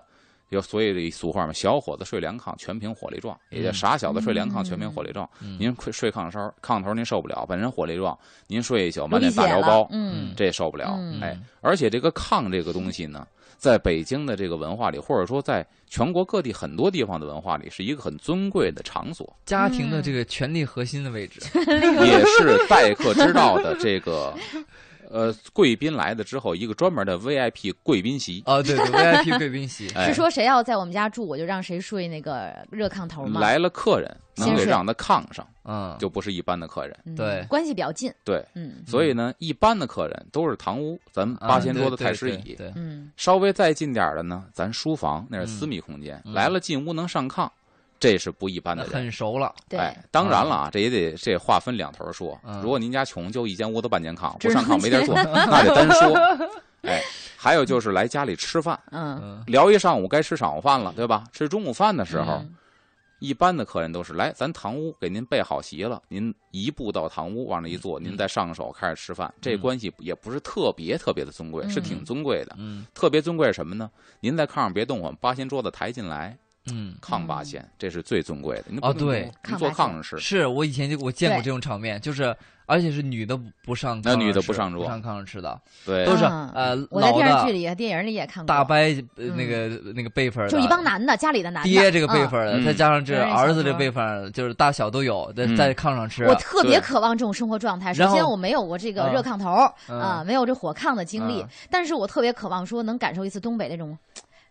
[SPEAKER 3] 有所以这俗话嘛，小伙子睡凉炕，全凭火力壮，也叫
[SPEAKER 1] 嗯
[SPEAKER 3] 傻小子睡凉炕，
[SPEAKER 2] 嗯
[SPEAKER 3] 全凭火力壮。
[SPEAKER 1] 嗯
[SPEAKER 3] 您睡睡炕梢，炕头您受不了，本身火力壮，您睡一宿
[SPEAKER 2] 卢
[SPEAKER 3] 满
[SPEAKER 2] 比
[SPEAKER 3] 脸
[SPEAKER 2] 姐
[SPEAKER 3] 大
[SPEAKER 2] 了，
[SPEAKER 3] 撩包，
[SPEAKER 2] 嗯，
[SPEAKER 3] 这也受不了。
[SPEAKER 2] 嗯
[SPEAKER 3] 哎，而且这个炕这个东西呢，在北京的这个文化里，或者说在全国各地很多地方的文化里，是一个很尊贵的 场所，
[SPEAKER 1] 家庭的这个权力核心的位置，
[SPEAKER 3] 嗯
[SPEAKER 2] 哎
[SPEAKER 3] 也是待客之道的这个。呃，贵宾来了之后，一个专门的 VIP 贵宾席，
[SPEAKER 1] 哦，对对，VIP 贵宾席，
[SPEAKER 3] 哎
[SPEAKER 2] 是说谁要在我们家住，我就让谁睡那个热炕头吗？
[SPEAKER 3] 嗯来了客人能
[SPEAKER 2] 先
[SPEAKER 3] 给
[SPEAKER 2] 睡
[SPEAKER 3] 让他炕上，
[SPEAKER 1] 嗯，
[SPEAKER 3] 就不是一般的客人。
[SPEAKER 2] 嗯，
[SPEAKER 1] 对
[SPEAKER 2] 关系比较近。
[SPEAKER 3] 对，
[SPEAKER 2] 嗯
[SPEAKER 3] 所以呢，一般的客人都是堂屋，咱们八仙桌的太师
[SPEAKER 1] 啊对
[SPEAKER 3] 椅，
[SPEAKER 1] 对，对
[SPEAKER 2] 嗯
[SPEAKER 3] 稍微再近点儿的呢，咱书房那是私密空间。
[SPEAKER 1] 嗯
[SPEAKER 3] 来了进屋能上炕，这是不一般
[SPEAKER 1] 那
[SPEAKER 3] 的 人。
[SPEAKER 1] 很熟了，
[SPEAKER 2] 对，
[SPEAKER 3] 哎，当然了啊，这也得这话分两头儿说
[SPEAKER 1] 嗯。
[SPEAKER 3] 如果您家穷，就一间屋子半间炕，
[SPEAKER 2] 只
[SPEAKER 3] 不上炕
[SPEAKER 2] 能
[SPEAKER 3] 没地儿坐，那得单 说。哎，还有就是来家里吃饭，
[SPEAKER 2] 嗯，
[SPEAKER 1] 嗯
[SPEAKER 3] 聊一上午该吃晌午饭了，对吧？吃中午饭的时候，
[SPEAKER 2] 嗯
[SPEAKER 3] 一般的客人都是来咱堂屋给您备好席了，您一步到堂屋往那一坐，您再上手开始吃饭，这
[SPEAKER 1] 嗯
[SPEAKER 3] 关系也不是特别特别的尊贵，是挺
[SPEAKER 2] 嗯
[SPEAKER 3] 尊贵的。
[SPEAKER 1] 嗯
[SPEAKER 3] 特别尊贵是什么呢？您在炕上别动换，八仙桌子抬进来，
[SPEAKER 1] 嗯，
[SPEAKER 3] 炕八仙，这是最尊贵的。您不
[SPEAKER 1] 哦
[SPEAKER 3] 能
[SPEAKER 1] 对
[SPEAKER 3] 动
[SPEAKER 2] 炕
[SPEAKER 3] 您坐
[SPEAKER 2] 八
[SPEAKER 3] 炕
[SPEAKER 2] 仙
[SPEAKER 3] 上吃，
[SPEAKER 1] 是我以前就我见过
[SPEAKER 2] 对
[SPEAKER 1] 这种场面，就是而且是女的不不上炕
[SPEAKER 3] 那
[SPEAKER 1] 上吃，
[SPEAKER 3] 女的不上桌
[SPEAKER 1] 不上炕上吃的，
[SPEAKER 3] 对，
[SPEAKER 1] 都是
[SPEAKER 2] 嗯
[SPEAKER 1] 呃
[SPEAKER 2] 我在
[SPEAKER 1] 老
[SPEAKER 2] 电视剧
[SPEAKER 1] 的
[SPEAKER 2] 里、电影里也看过，
[SPEAKER 1] 大伯呃
[SPEAKER 2] 嗯
[SPEAKER 1] 那个那个辈分儿的，
[SPEAKER 2] 就一帮男的，家里的男的，
[SPEAKER 1] 爹这个辈分
[SPEAKER 2] 嗯
[SPEAKER 1] 儿的，
[SPEAKER 3] 嗯
[SPEAKER 1] 再加上这
[SPEAKER 2] 有人
[SPEAKER 1] 儿
[SPEAKER 2] 小
[SPEAKER 1] 子这
[SPEAKER 2] 桌
[SPEAKER 1] 辈分儿，就是大小都有，在
[SPEAKER 3] 嗯
[SPEAKER 1] 在炕上吃
[SPEAKER 2] 我，特别
[SPEAKER 3] 对
[SPEAKER 2] 渴望这种生活状态。
[SPEAKER 1] 然
[SPEAKER 2] 首
[SPEAKER 1] 后
[SPEAKER 2] 先，我没有过这个
[SPEAKER 1] 嗯
[SPEAKER 2] 热炕头儿
[SPEAKER 1] 嗯
[SPEAKER 2] 啊，没有这火炕的经历
[SPEAKER 1] 嗯，
[SPEAKER 2] 但是我特别渴望说能感受一次东北那种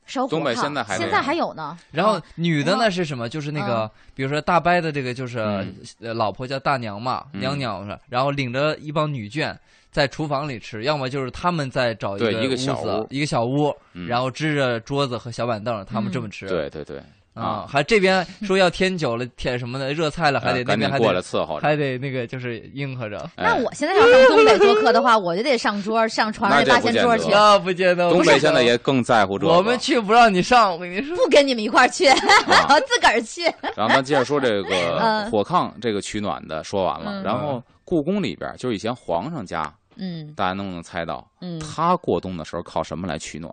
[SPEAKER 2] 烧火炕。
[SPEAKER 3] 东北现在还
[SPEAKER 2] 现
[SPEAKER 1] 没
[SPEAKER 2] 在
[SPEAKER 1] 有
[SPEAKER 2] 还有呢。
[SPEAKER 1] 哦然后嗯
[SPEAKER 2] 嗯
[SPEAKER 1] 女的
[SPEAKER 2] 然后
[SPEAKER 1] 呢是什么？就是那个，比如说大伯的这个就是
[SPEAKER 3] 嗯
[SPEAKER 1] 呃老婆叫大娘嘛，
[SPEAKER 3] 嗯
[SPEAKER 1] 娘娘是，然后领着一帮女眷在厨房里吃，要么就是他们在找
[SPEAKER 3] 对一
[SPEAKER 1] 个
[SPEAKER 3] 个
[SPEAKER 1] 屋
[SPEAKER 3] 小
[SPEAKER 1] 子
[SPEAKER 3] 屋，
[SPEAKER 1] 一个小屋，
[SPEAKER 3] 嗯
[SPEAKER 1] 然后支着桌子和小板凳，他们这么吃。
[SPEAKER 3] 对对对，
[SPEAKER 1] 啊，
[SPEAKER 3] 啊
[SPEAKER 1] 还这边说要添酒了，添什么的热菜了，还得
[SPEAKER 3] 啊
[SPEAKER 1] 那
[SPEAKER 3] 赶紧
[SPEAKER 1] 边还
[SPEAKER 3] 过来
[SPEAKER 1] 得
[SPEAKER 3] 伺候着。
[SPEAKER 1] 还得那个就是应和着。
[SPEAKER 2] 那
[SPEAKER 3] 哎
[SPEAKER 2] 我现在要上东北做客的话，我就得上桌上床
[SPEAKER 3] 那
[SPEAKER 2] 上
[SPEAKER 3] 这
[SPEAKER 2] 八
[SPEAKER 3] 不
[SPEAKER 2] 仙
[SPEAKER 3] 见
[SPEAKER 2] 桌
[SPEAKER 3] 得
[SPEAKER 2] 去，
[SPEAKER 1] 那不见得，不
[SPEAKER 3] 东北
[SPEAKER 1] 见
[SPEAKER 3] 现在
[SPEAKER 1] 得
[SPEAKER 3] 也更在乎这个。
[SPEAKER 1] 我们去不让你上，我跟你说。
[SPEAKER 2] 不跟你们一块儿去，
[SPEAKER 3] 啊
[SPEAKER 2] 我 自个儿去。
[SPEAKER 3] 然后咱接着说这
[SPEAKER 2] 嗯
[SPEAKER 3] 个火炕这个取暖的说完了，
[SPEAKER 2] 嗯
[SPEAKER 3] 然后故宫里边就是以前皇上家，
[SPEAKER 2] 嗯
[SPEAKER 3] 大家能不能猜到
[SPEAKER 2] 嗯，
[SPEAKER 3] 他过冬的时候靠什么来取暖？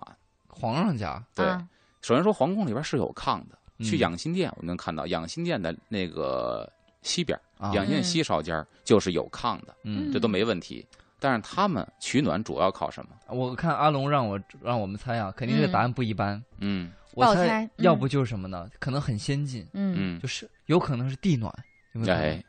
[SPEAKER 1] 皇上家
[SPEAKER 3] 对，
[SPEAKER 2] 啊
[SPEAKER 3] 首先说皇宫里边是有炕的，去
[SPEAKER 1] 嗯
[SPEAKER 3] 养心殿我们能看到养心殿的那个西边，
[SPEAKER 1] 啊，
[SPEAKER 3] 养心殿西稍间儿就是有炕的，
[SPEAKER 1] 嗯，
[SPEAKER 3] 这都没问题。但是他们取暖主要靠什么？
[SPEAKER 1] 我看阿龙让我让我们猜啊，肯定这个答案不一般。
[SPEAKER 3] 嗯
[SPEAKER 1] 我
[SPEAKER 2] 爆
[SPEAKER 1] 猜
[SPEAKER 2] 胎，嗯
[SPEAKER 1] 要不就是什么呢？可能很先进，
[SPEAKER 2] 嗯，
[SPEAKER 3] 嗯
[SPEAKER 1] 就，是有可能是地暖，有没有可能？
[SPEAKER 3] 哎，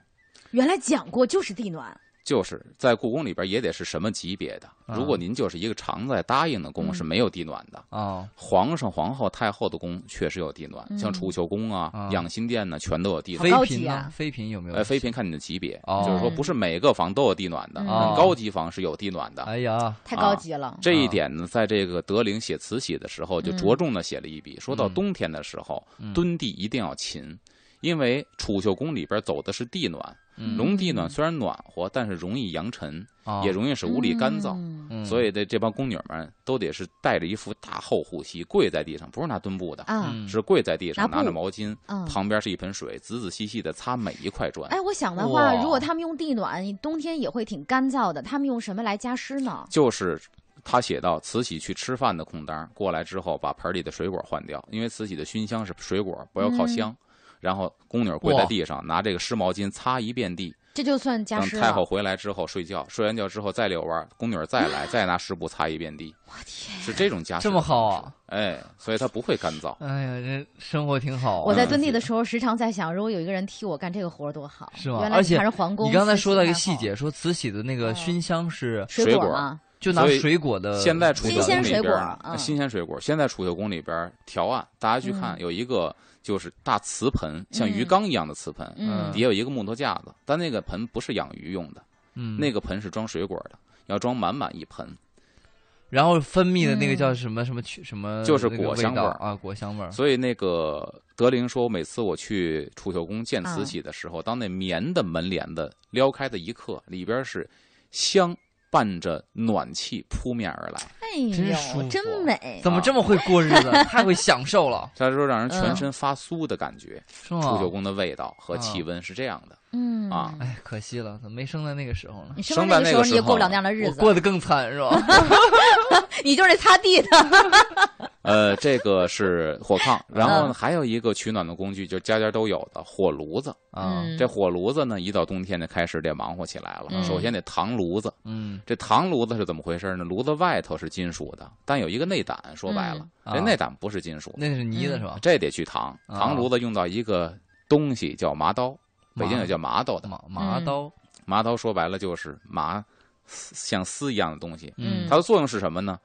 [SPEAKER 2] 原来讲过就是地暖，
[SPEAKER 3] 就是在故宫里边也得是什么级别的。
[SPEAKER 1] 啊
[SPEAKER 3] 如果您就是一个常在答应的宫，
[SPEAKER 2] 嗯
[SPEAKER 3] 是没有地暖的。
[SPEAKER 1] 哦，
[SPEAKER 3] 皇上、皇后、太后的宫确实有地暖，
[SPEAKER 2] 嗯
[SPEAKER 3] 像储秀宫
[SPEAKER 1] 啊
[SPEAKER 3] 啊、养心殿呢，全都有地
[SPEAKER 2] 好
[SPEAKER 3] 暖。
[SPEAKER 1] 妃
[SPEAKER 2] 高
[SPEAKER 1] 嫔
[SPEAKER 2] 级
[SPEAKER 1] 呢
[SPEAKER 2] 啊？
[SPEAKER 1] 妃嫔有没有？
[SPEAKER 3] 呃，妃嫔看你的级别，
[SPEAKER 1] 哦
[SPEAKER 3] 就是说不是每个房都有地暖的，
[SPEAKER 2] 嗯
[SPEAKER 1] 哦
[SPEAKER 3] 很高级房是有地暖的。
[SPEAKER 1] 哎哦呀，
[SPEAKER 2] 太高级了。
[SPEAKER 3] 这一点呢，在这个德龄写《慈禧》的时候，就
[SPEAKER 2] 嗯
[SPEAKER 3] 着重的写了一笔，说到
[SPEAKER 1] 嗯
[SPEAKER 3] 冬天的时候，
[SPEAKER 1] 嗯
[SPEAKER 3] 蹲地一定要勤，因为储秀宫里边走的是地暖，
[SPEAKER 1] 嗯
[SPEAKER 3] 龙地暖虽然暖和，但是容易扬尘，
[SPEAKER 1] 哦
[SPEAKER 3] 也容易使屋里干燥。
[SPEAKER 2] 嗯
[SPEAKER 1] 嗯
[SPEAKER 3] 所以这这帮宫女们都得是带着一副大厚护膝，跪在地上，不是拿墩布的，
[SPEAKER 2] 啊
[SPEAKER 1] 嗯
[SPEAKER 3] 是跪在地上，
[SPEAKER 2] 拿布
[SPEAKER 3] 拿着毛巾，
[SPEAKER 2] 嗯。
[SPEAKER 3] 旁边是一盆水，仔仔细细的擦每一块砖。
[SPEAKER 2] 哎，我想的话，
[SPEAKER 1] 哇
[SPEAKER 2] 如果他们用地暖，冬天也会挺干燥的。他们用什么来加湿呢？
[SPEAKER 3] 就是他写到慈禧去吃饭的空当儿过来之后，把盆里的水果换掉，因为慈禧的熏香是水果，不要
[SPEAKER 2] 嗯
[SPEAKER 3] 靠香。然后宫女跪在地上，拿这个湿毛巾擦一遍地。
[SPEAKER 2] 这就算加
[SPEAKER 3] 等
[SPEAKER 2] 湿
[SPEAKER 3] 嗯太
[SPEAKER 2] 了。
[SPEAKER 3] 后回来之后睡觉，睡完觉之后再遛弯儿，宫女再来，再拿湿布擦一遍地，
[SPEAKER 2] 我天！
[SPEAKER 3] 是这种家
[SPEAKER 1] 这么好啊！
[SPEAKER 3] 哎，所以它不会干燥。
[SPEAKER 1] 哎呀，这生活挺好啊。
[SPEAKER 2] 我在蹲地的时候，时常在想，如果有一个人替我干这个活儿多好。
[SPEAKER 1] 是吗
[SPEAKER 2] 原来
[SPEAKER 1] 而且
[SPEAKER 2] 还是皇宫。
[SPEAKER 1] 你刚才
[SPEAKER 2] 慈禧
[SPEAKER 1] 说到一个
[SPEAKER 2] 太后
[SPEAKER 1] 细，节，说慈禧的那个
[SPEAKER 2] 哦
[SPEAKER 1] 熏香是
[SPEAKER 2] 水
[SPEAKER 3] 水
[SPEAKER 2] 果啊
[SPEAKER 3] 果
[SPEAKER 2] 嘛，
[SPEAKER 1] 就拿
[SPEAKER 3] 所以
[SPEAKER 1] 水果的，
[SPEAKER 3] 现在储
[SPEAKER 2] 新
[SPEAKER 3] 秀宫
[SPEAKER 2] 鲜
[SPEAKER 3] 里
[SPEAKER 2] 水
[SPEAKER 3] 边
[SPEAKER 2] 果
[SPEAKER 3] 儿，
[SPEAKER 2] 嗯
[SPEAKER 3] 新鲜水果。现在储秀宫里边儿调案，大家去看
[SPEAKER 2] 嗯
[SPEAKER 3] 有一个就是大瓷盆，像鱼
[SPEAKER 2] 嗯
[SPEAKER 3] 缸一样的瓷盆，
[SPEAKER 2] 嗯
[SPEAKER 1] 嗯
[SPEAKER 3] 底下有一个木头架子，但那个盆不是养鱼用的，
[SPEAKER 1] 嗯
[SPEAKER 3] 那个盆是装水果的，要装满满一盆。
[SPEAKER 1] 然后分泌的那
[SPEAKER 2] 嗯
[SPEAKER 1] 个叫什么什么曲什么，
[SPEAKER 3] 就是
[SPEAKER 1] 那个
[SPEAKER 3] 果
[SPEAKER 1] 味
[SPEAKER 3] 香味
[SPEAKER 1] 道
[SPEAKER 3] 儿
[SPEAKER 1] 啊，果香味儿。
[SPEAKER 3] 所以那个德龄说，每次我去储秀宫见慈禧的时候，当那棉的门帘子撩开的一刻，里边是香伴着暖气扑面而来，
[SPEAKER 2] 哎
[SPEAKER 1] 真
[SPEAKER 2] 呦
[SPEAKER 1] 舒，服啊
[SPEAKER 2] 真美。
[SPEAKER 3] 啊
[SPEAKER 1] 怎么这么会过日 子？太会享受了，
[SPEAKER 3] 他说让人
[SPEAKER 2] 嗯
[SPEAKER 3] 全身发酥的感觉。
[SPEAKER 1] 是吗？
[SPEAKER 3] 储秀宫的味道和气温是这样的。
[SPEAKER 2] 嗯
[SPEAKER 3] 啊
[SPEAKER 1] 哎，可惜了，怎么没生在那个时候呢
[SPEAKER 2] 你？生
[SPEAKER 3] 生
[SPEAKER 2] 完
[SPEAKER 3] 在
[SPEAKER 2] 那时
[SPEAKER 3] 那
[SPEAKER 2] 候
[SPEAKER 3] 个
[SPEAKER 2] 你
[SPEAKER 3] 时
[SPEAKER 2] 也过不
[SPEAKER 3] 候
[SPEAKER 2] 了那样的日
[SPEAKER 1] 我
[SPEAKER 2] 子，啊
[SPEAKER 1] 过得更惨是吧？
[SPEAKER 2] 你就是那擦地的。
[SPEAKER 3] 呃，这个是火炕，然后呢还有一个取暖的工具，就家家都有的火炉子。
[SPEAKER 1] 啊，
[SPEAKER 2] 嗯
[SPEAKER 3] 这火炉子呢，一到冬天就开始得忙活起来了。
[SPEAKER 2] 嗯
[SPEAKER 3] 首先得糖炉子，
[SPEAKER 1] 嗯，
[SPEAKER 3] 这糖炉子是怎么回事呢？炉子外头是金属的，但有一个内胆，说白了，
[SPEAKER 1] 嗯
[SPEAKER 3] 这
[SPEAKER 1] 啊
[SPEAKER 3] 内胆不是金属，
[SPEAKER 1] 那是泥的是吧？
[SPEAKER 3] 这得去糖。
[SPEAKER 1] 啊
[SPEAKER 3] 糖炉子用到一个东西叫麻刀，
[SPEAKER 1] 麻
[SPEAKER 2] 嗯
[SPEAKER 3] 北京也叫麻刀的。
[SPEAKER 1] 麻麻刀，
[SPEAKER 3] 麻刀说白了就是麻，丝像丝一样的东西。
[SPEAKER 2] 嗯
[SPEAKER 3] 它的作用是什么呢？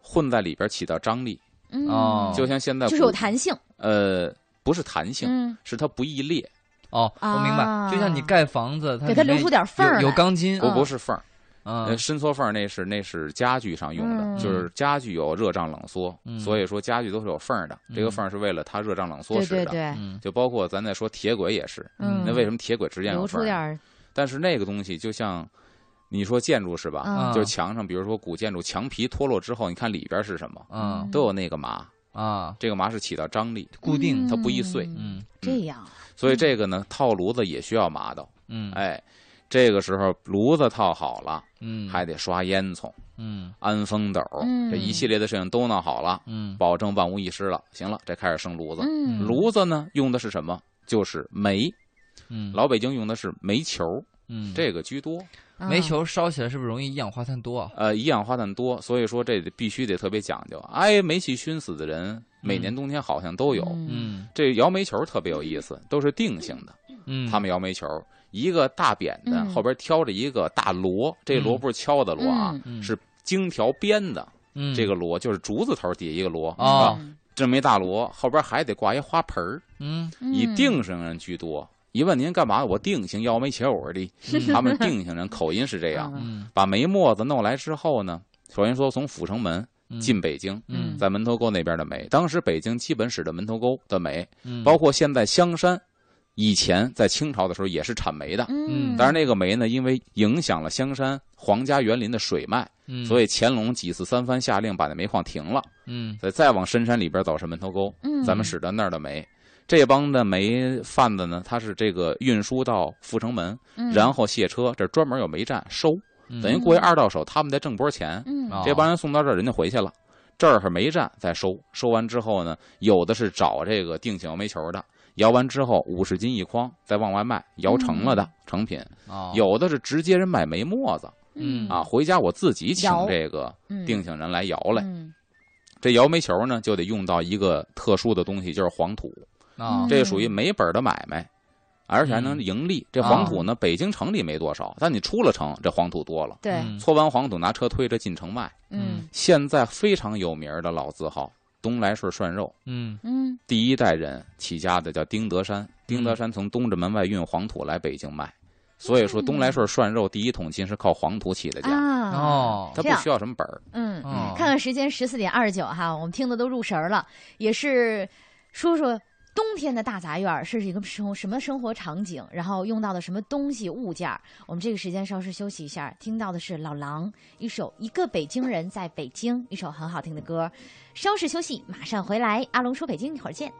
[SPEAKER 3] 混在里边起到张力，
[SPEAKER 2] 嗯
[SPEAKER 1] 哦
[SPEAKER 3] 啊就像现在
[SPEAKER 2] 就是有
[SPEAKER 3] 古
[SPEAKER 2] 弹性。
[SPEAKER 3] 呃，不是弹性，
[SPEAKER 2] 嗯，
[SPEAKER 3] 是它不易裂，
[SPEAKER 1] 哦，我明
[SPEAKER 2] 啊
[SPEAKER 1] 白，就像你盖房子，它
[SPEAKER 2] 给它
[SPEAKER 1] 里面
[SPEAKER 2] 留出点缝儿
[SPEAKER 1] 有有
[SPEAKER 2] 来
[SPEAKER 1] 钢筋，
[SPEAKER 3] 不
[SPEAKER 2] 嗯
[SPEAKER 3] 不是缝儿，
[SPEAKER 1] 嗯
[SPEAKER 3] 呃，伸缩缝儿那是那是家具上用
[SPEAKER 2] 嗯
[SPEAKER 3] 的，就是家具有热胀冷缩
[SPEAKER 1] 嗯，
[SPEAKER 3] 所以说家具都是有缝儿的，这个缝儿是为了它热胀冷缩
[SPEAKER 2] 对
[SPEAKER 3] 使
[SPEAKER 2] 对
[SPEAKER 3] 的。
[SPEAKER 2] 对，
[SPEAKER 1] 嗯
[SPEAKER 3] 就包括咱再说铁轨也是，
[SPEAKER 2] 嗯，
[SPEAKER 3] 那为什么铁轨之间有
[SPEAKER 2] 留
[SPEAKER 3] 缝
[SPEAKER 2] 出点
[SPEAKER 3] 儿？
[SPEAKER 2] 儿？
[SPEAKER 3] 但是那个东西就像你说建筑是吧？
[SPEAKER 2] 嗯
[SPEAKER 1] 啊
[SPEAKER 3] 就是墙上，比如说古建筑，墙皮脱落之后，你看里边是什么，
[SPEAKER 1] 嗯
[SPEAKER 3] 都有那个麻，
[SPEAKER 1] 啊，
[SPEAKER 3] 这个麻是起到张力，
[SPEAKER 1] 固定，
[SPEAKER 3] 它不易碎
[SPEAKER 2] 嗯，
[SPEAKER 1] 嗯
[SPEAKER 2] 这样
[SPEAKER 3] 所以这个呢套炉子也需要麻豆。
[SPEAKER 1] 嗯
[SPEAKER 3] 哎，这个时候炉子套好了，
[SPEAKER 1] 嗯，
[SPEAKER 3] 还得刷烟囱、
[SPEAKER 1] 嗯
[SPEAKER 3] 安风斗，
[SPEAKER 2] 嗯
[SPEAKER 3] 这一系列的事情都弄好了，
[SPEAKER 1] 嗯
[SPEAKER 3] 保证万无一失了。行了，这开始生炉子。
[SPEAKER 2] 嗯，
[SPEAKER 3] 炉子呢用的是什么？就是煤，
[SPEAKER 1] 嗯，
[SPEAKER 3] 老北京用的是煤球，
[SPEAKER 1] 嗯
[SPEAKER 3] 这个居多。
[SPEAKER 2] 嗯
[SPEAKER 1] 煤球烧起来是不是容易一氧化碳多啊？
[SPEAKER 3] 呃，一氧化碳多，所以说这必须得特别讲究。啊挨煤气熏死的人，每年冬天好像都有。
[SPEAKER 2] 嗯
[SPEAKER 1] 嗯
[SPEAKER 3] 这摇煤球特别有意思，都是定性的。
[SPEAKER 1] 嗯，
[SPEAKER 3] 他们摇煤球，一个大扁担
[SPEAKER 2] 嗯
[SPEAKER 3] 后边挑着一个大锣，这锣不是敲的锣啊，
[SPEAKER 1] 嗯
[SPEAKER 3] 是荆条编的。
[SPEAKER 1] 嗯
[SPEAKER 3] 这个锣就是竹字头底下一个锣
[SPEAKER 2] 嗯
[SPEAKER 1] 哦
[SPEAKER 3] 啊，这么一大锣，后边还得挂一花盆儿，
[SPEAKER 1] 嗯
[SPEAKER 3] 以定性人居多。一问您干嘛？我定性要煤球 儿的， 他们定性人口音是这样。
[SPEAKER 1] 嗯
[SPEAKER 3] 把煤沫子弄来之后呢，首先说从阜成门
[SPEAKER 1] 嗯
[SPEAKER 3] 进北京，
[SPEAKER 1] 嗯
[SPEAKER 3] 在门头沟那边的煤，当时北京基本使的门头沟的煤，
[SPEAKER 1] 嗯
[SPEAKER 3] 包括现在香山，以前在清朝的时候也是产煤的。
[SPEAKER 2] 嗯，
[SPEAKER 3] 当然，那个煤呢，因为影响了香山皇家园林的水脉，
[SPEAKER 1] 嗯，
[SPEAKER 3] 所
[SPEAKER 1] 以
[SPEAKER 3] 以乾隆几次三番下令把那煤矿停了。
[SPEAKER 1] 嗯
[SPEAKER 3] 所以再往深山里边走是门头沟，
[SPEAKER 2] 嗯
[SPEAKER 3] 咱们使的那儿的煤。这帮的煤贩子呢，他是这个运输到阜成门，
[SPEAKER 2] 嗯
[SPEAKER 3] 然后卸车，这专门有煤站收，
[SPEAKER 1] 嗯
[SPEAKER 3] 等于过一二道手，他们在挣波钱。
[SPEAKER 2] 嗯
[SPEAKER 1] 啊
[SPEAKER 3] 这帮人送到这儿，人家回去了。这儿是煤站再收，收完之后呢，有的是找这个定型摇煤球的，摇完之后五十斤一筐，再往外卖，摇成了的
[SPEAKER 2] 嗯
[SPEAKER 3] 成品；
[SPEAKER 1] 哦
[SPEAKER 3] 有的是直接人买煤沫子
[SPEAKER 1] 嗯
[SPEAKER 3] 啊，回家我自己请
[SPEAKER 2] 摇
[SPEAKER 3] 这个定型人来摇来。
[SPEAKER 2] 嗯
[SPEAKER 3] 这摇煤球呢，就得用到一个特殊的东西，就是黄土，
[SPEAKER 2] 嗯
[SPEAKER 1] 啊
[SPEAKER 3] 这属于没本儿的买卖，而且还能盈利。这黄土呢，北京城里没多少，但你出了城，这黄土多了。
[SPEAKER 2] 对，
[SPEAKER 1] 嗯
[SPEAKER 3] 搓完黄土，拿车推着进城卖。
[SPEAKER 2] 嗯
[SPEAKER 3] 现在非常有名儿的老字号东来顺涮肉，
[SPEAKER 1] 嗯
[SPEAKER 2] 嗯
[SPEAKER 3] 第一代人起家的叫丁德山，丁德山从东直门外运黄土来北京卖，所以说东来顺涮肉第一桶金是靠黄土起的家，
[SPEAKER 2] 嗯啊，
[SPEAKER 1] 哦
[SPEAKER 3] 它
[SPEAKER 2] 这
[SPEAKER 3] 不
[SPEAKER 2] 样
[SPEAKER 3] 需要什么本儿。
[SPEAKER 2] 嗯，
[SPEAKER 1] 哦
[SPEAKER 2] 看看时间十四点二十九哈，我们听的都入神儿了，也是说说。冬天的大杂院儿是一个生活什么生活场景，然后用到的什么东西物件儿？我们这个时间稍事休息一下，听到的是老狼一首《一个北京人在北京》，一首很好听的歌。稍事休息，马上回来。阿龙说北京，一会儿见。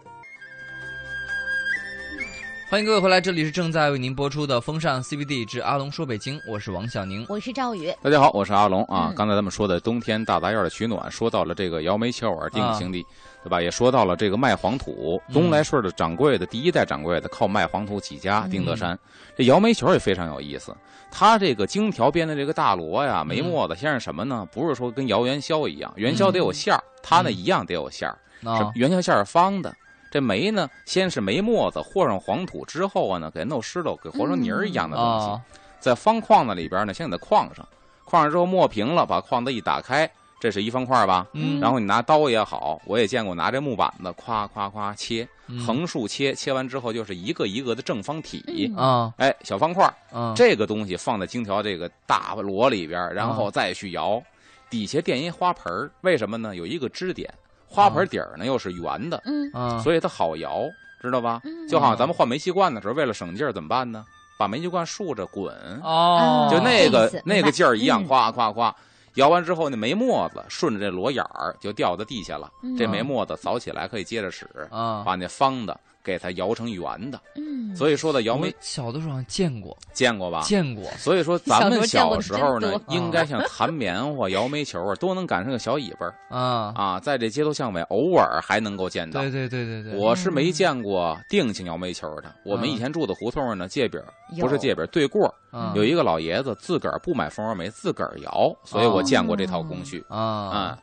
[SPEAKER 1] 欢迎各位回来，这里是正在为您播出的《风尚 CBD 之阿龙说北京》，我是王小宁。
[SPEAKER 2] 我是赵宇，
[SPEAKER 3] 大家好，我是阿龙啊。
[SPEAKER 2] 嗯
[SPEAKER 3] 刚才咱们说的冬天大杂院的取暖，说到了这个摇煤球儿定情地，对吧？也说到了这个卖黄土，
[SPEAKER 1] 啊嗯
[SPEAKER 3] 东来顺的掌柜的第一代掌柜的靠卖黄土起家，丁德
[SPEAKER 1] 嗯
[SPEAKER 3] 山。这摇煤球儿也非常有意思，他这个荆条编的这个大锣
[SPEAKER 1] 嗯
[SPEAKER 3] 呀、煤沫子，先是什么呢？不是说跟摇元宵一样，元宵得有馅儿，他呢一样得有馅儿。是
[SPEAKER 1] 嗯啊
[SPEAKER 3] 元宵馅儿方的。这煤呢，先是煤沫子和上黄土之后啊呢，给弄湿了，给和成泥儿一样的东西。
[SPEAKER 1] 啊
[SPEAKER 3] 在方框子里边呢，先给它框上，框上之后磨平了，把框子一打开，这是一方块吧？
[SPEAKER 1] 嗯，
[SPEAKER 3] 然后你拿刀也好，我也见过拿这木板子夸夸夸切，
[SPEAKER 1] 嗯
[SPEAKER 3] 横竖切，切完之后就是一个一个的正方体
[SPEAKER 2] 嗯，
[SPEAKER 1] 啊
[SPEAKER 3] 哎，小方块儿。
[SPEAKER 1] 啊
[SPEAKER 3] 这个东西放在荆条这个大箩里边儿，然
[SPEAKER 2] 嗯
[SPEAKER 3] 后再去摇，底下垫一花盆儿，为什么呢？有一个支点，花盆底儿呢又是圆的，
[SPEAKER 2] 嗯
[SPEAKER 1] 啊，
[SPEAKER 3] 所以它好摇，知道吧？
[SPEAKER 2] 嗯
[SPEAKER 3] 就好像咱们换煤气罐的时候，为了省劲儿怎么办呢？把煤气罐竖着滚，
[SPEAKER 1] 哦，
[SPEAKER 3] 就那
[SPEAKER 2] 这意
[SPEAKER 3] 个
[SPEAKER 2] 思
[SPEAKER 3] 那
[SPEAKER 2] 明白
[SPEAKER 3] 个劲儿一样，
[SPEAKER 2] 嗯
[SPEAKER 3] 夸夸夸。摇完之后，那煤沫子顺着这箩眼儿就掉到地下了。
[SPEAKER 2] 嗯
[SPEAKER 3] 这煤沫子扫起来可以接着使，
[SPEAKER 1] 啊，
[SPEAKER 3] 把那方的给它摇成圆的。
[SPEAKER 2] 嗯，
[SPEAKER 3] 所以说呢，摇
[SPEAKER 1] 我
[SPEAKER 3] 煤
[SPEAKER 1] 小的时候好像见过，
[SPEAKER 3] 见过吧？
[SPEAKER 1] 见过，
[SPEAKER 3] 所以说，咱们小
[SPEAKER 2] 小
[SPEAKER 3] 时
[SPEAKER 2] 时
[SPEAKER 3] 候
[SPEAKER 2] 候见过
[SPEAKER 3] 呢
[SPEAKER 2] 的真，多嗯
[SPEAKER 3] 应该像弹棉花、摇煤球啊，都能赶上个小尾巴儿
[SPEAKER 1] 啊，
[SPEAKER 3] 啊，在这街头巷尾偶尔还能够见到。
[SPEAKER 1] 对对对对对，
[SPEAKER 3] 我是
[SPEAKER 2] 嗯
[SPEAKER 3] 没见过定性摇煤球的。我们
[SPEAKER 1] 嗯
[SPEAKER 3] 以前住的胡同呢，界饼儿
[SPEAKER 2] 有
[SPEAKER 3] 不是界饼儿，对过儿
[SPEAKER 1] 啊
[SPEAKER 3] 有一个老爷子自个儿不买蜂窝煤，自个儿摇，所以我见过这套工序
[SPEAKER 1] 啊
[SPEAKER 3] 啊。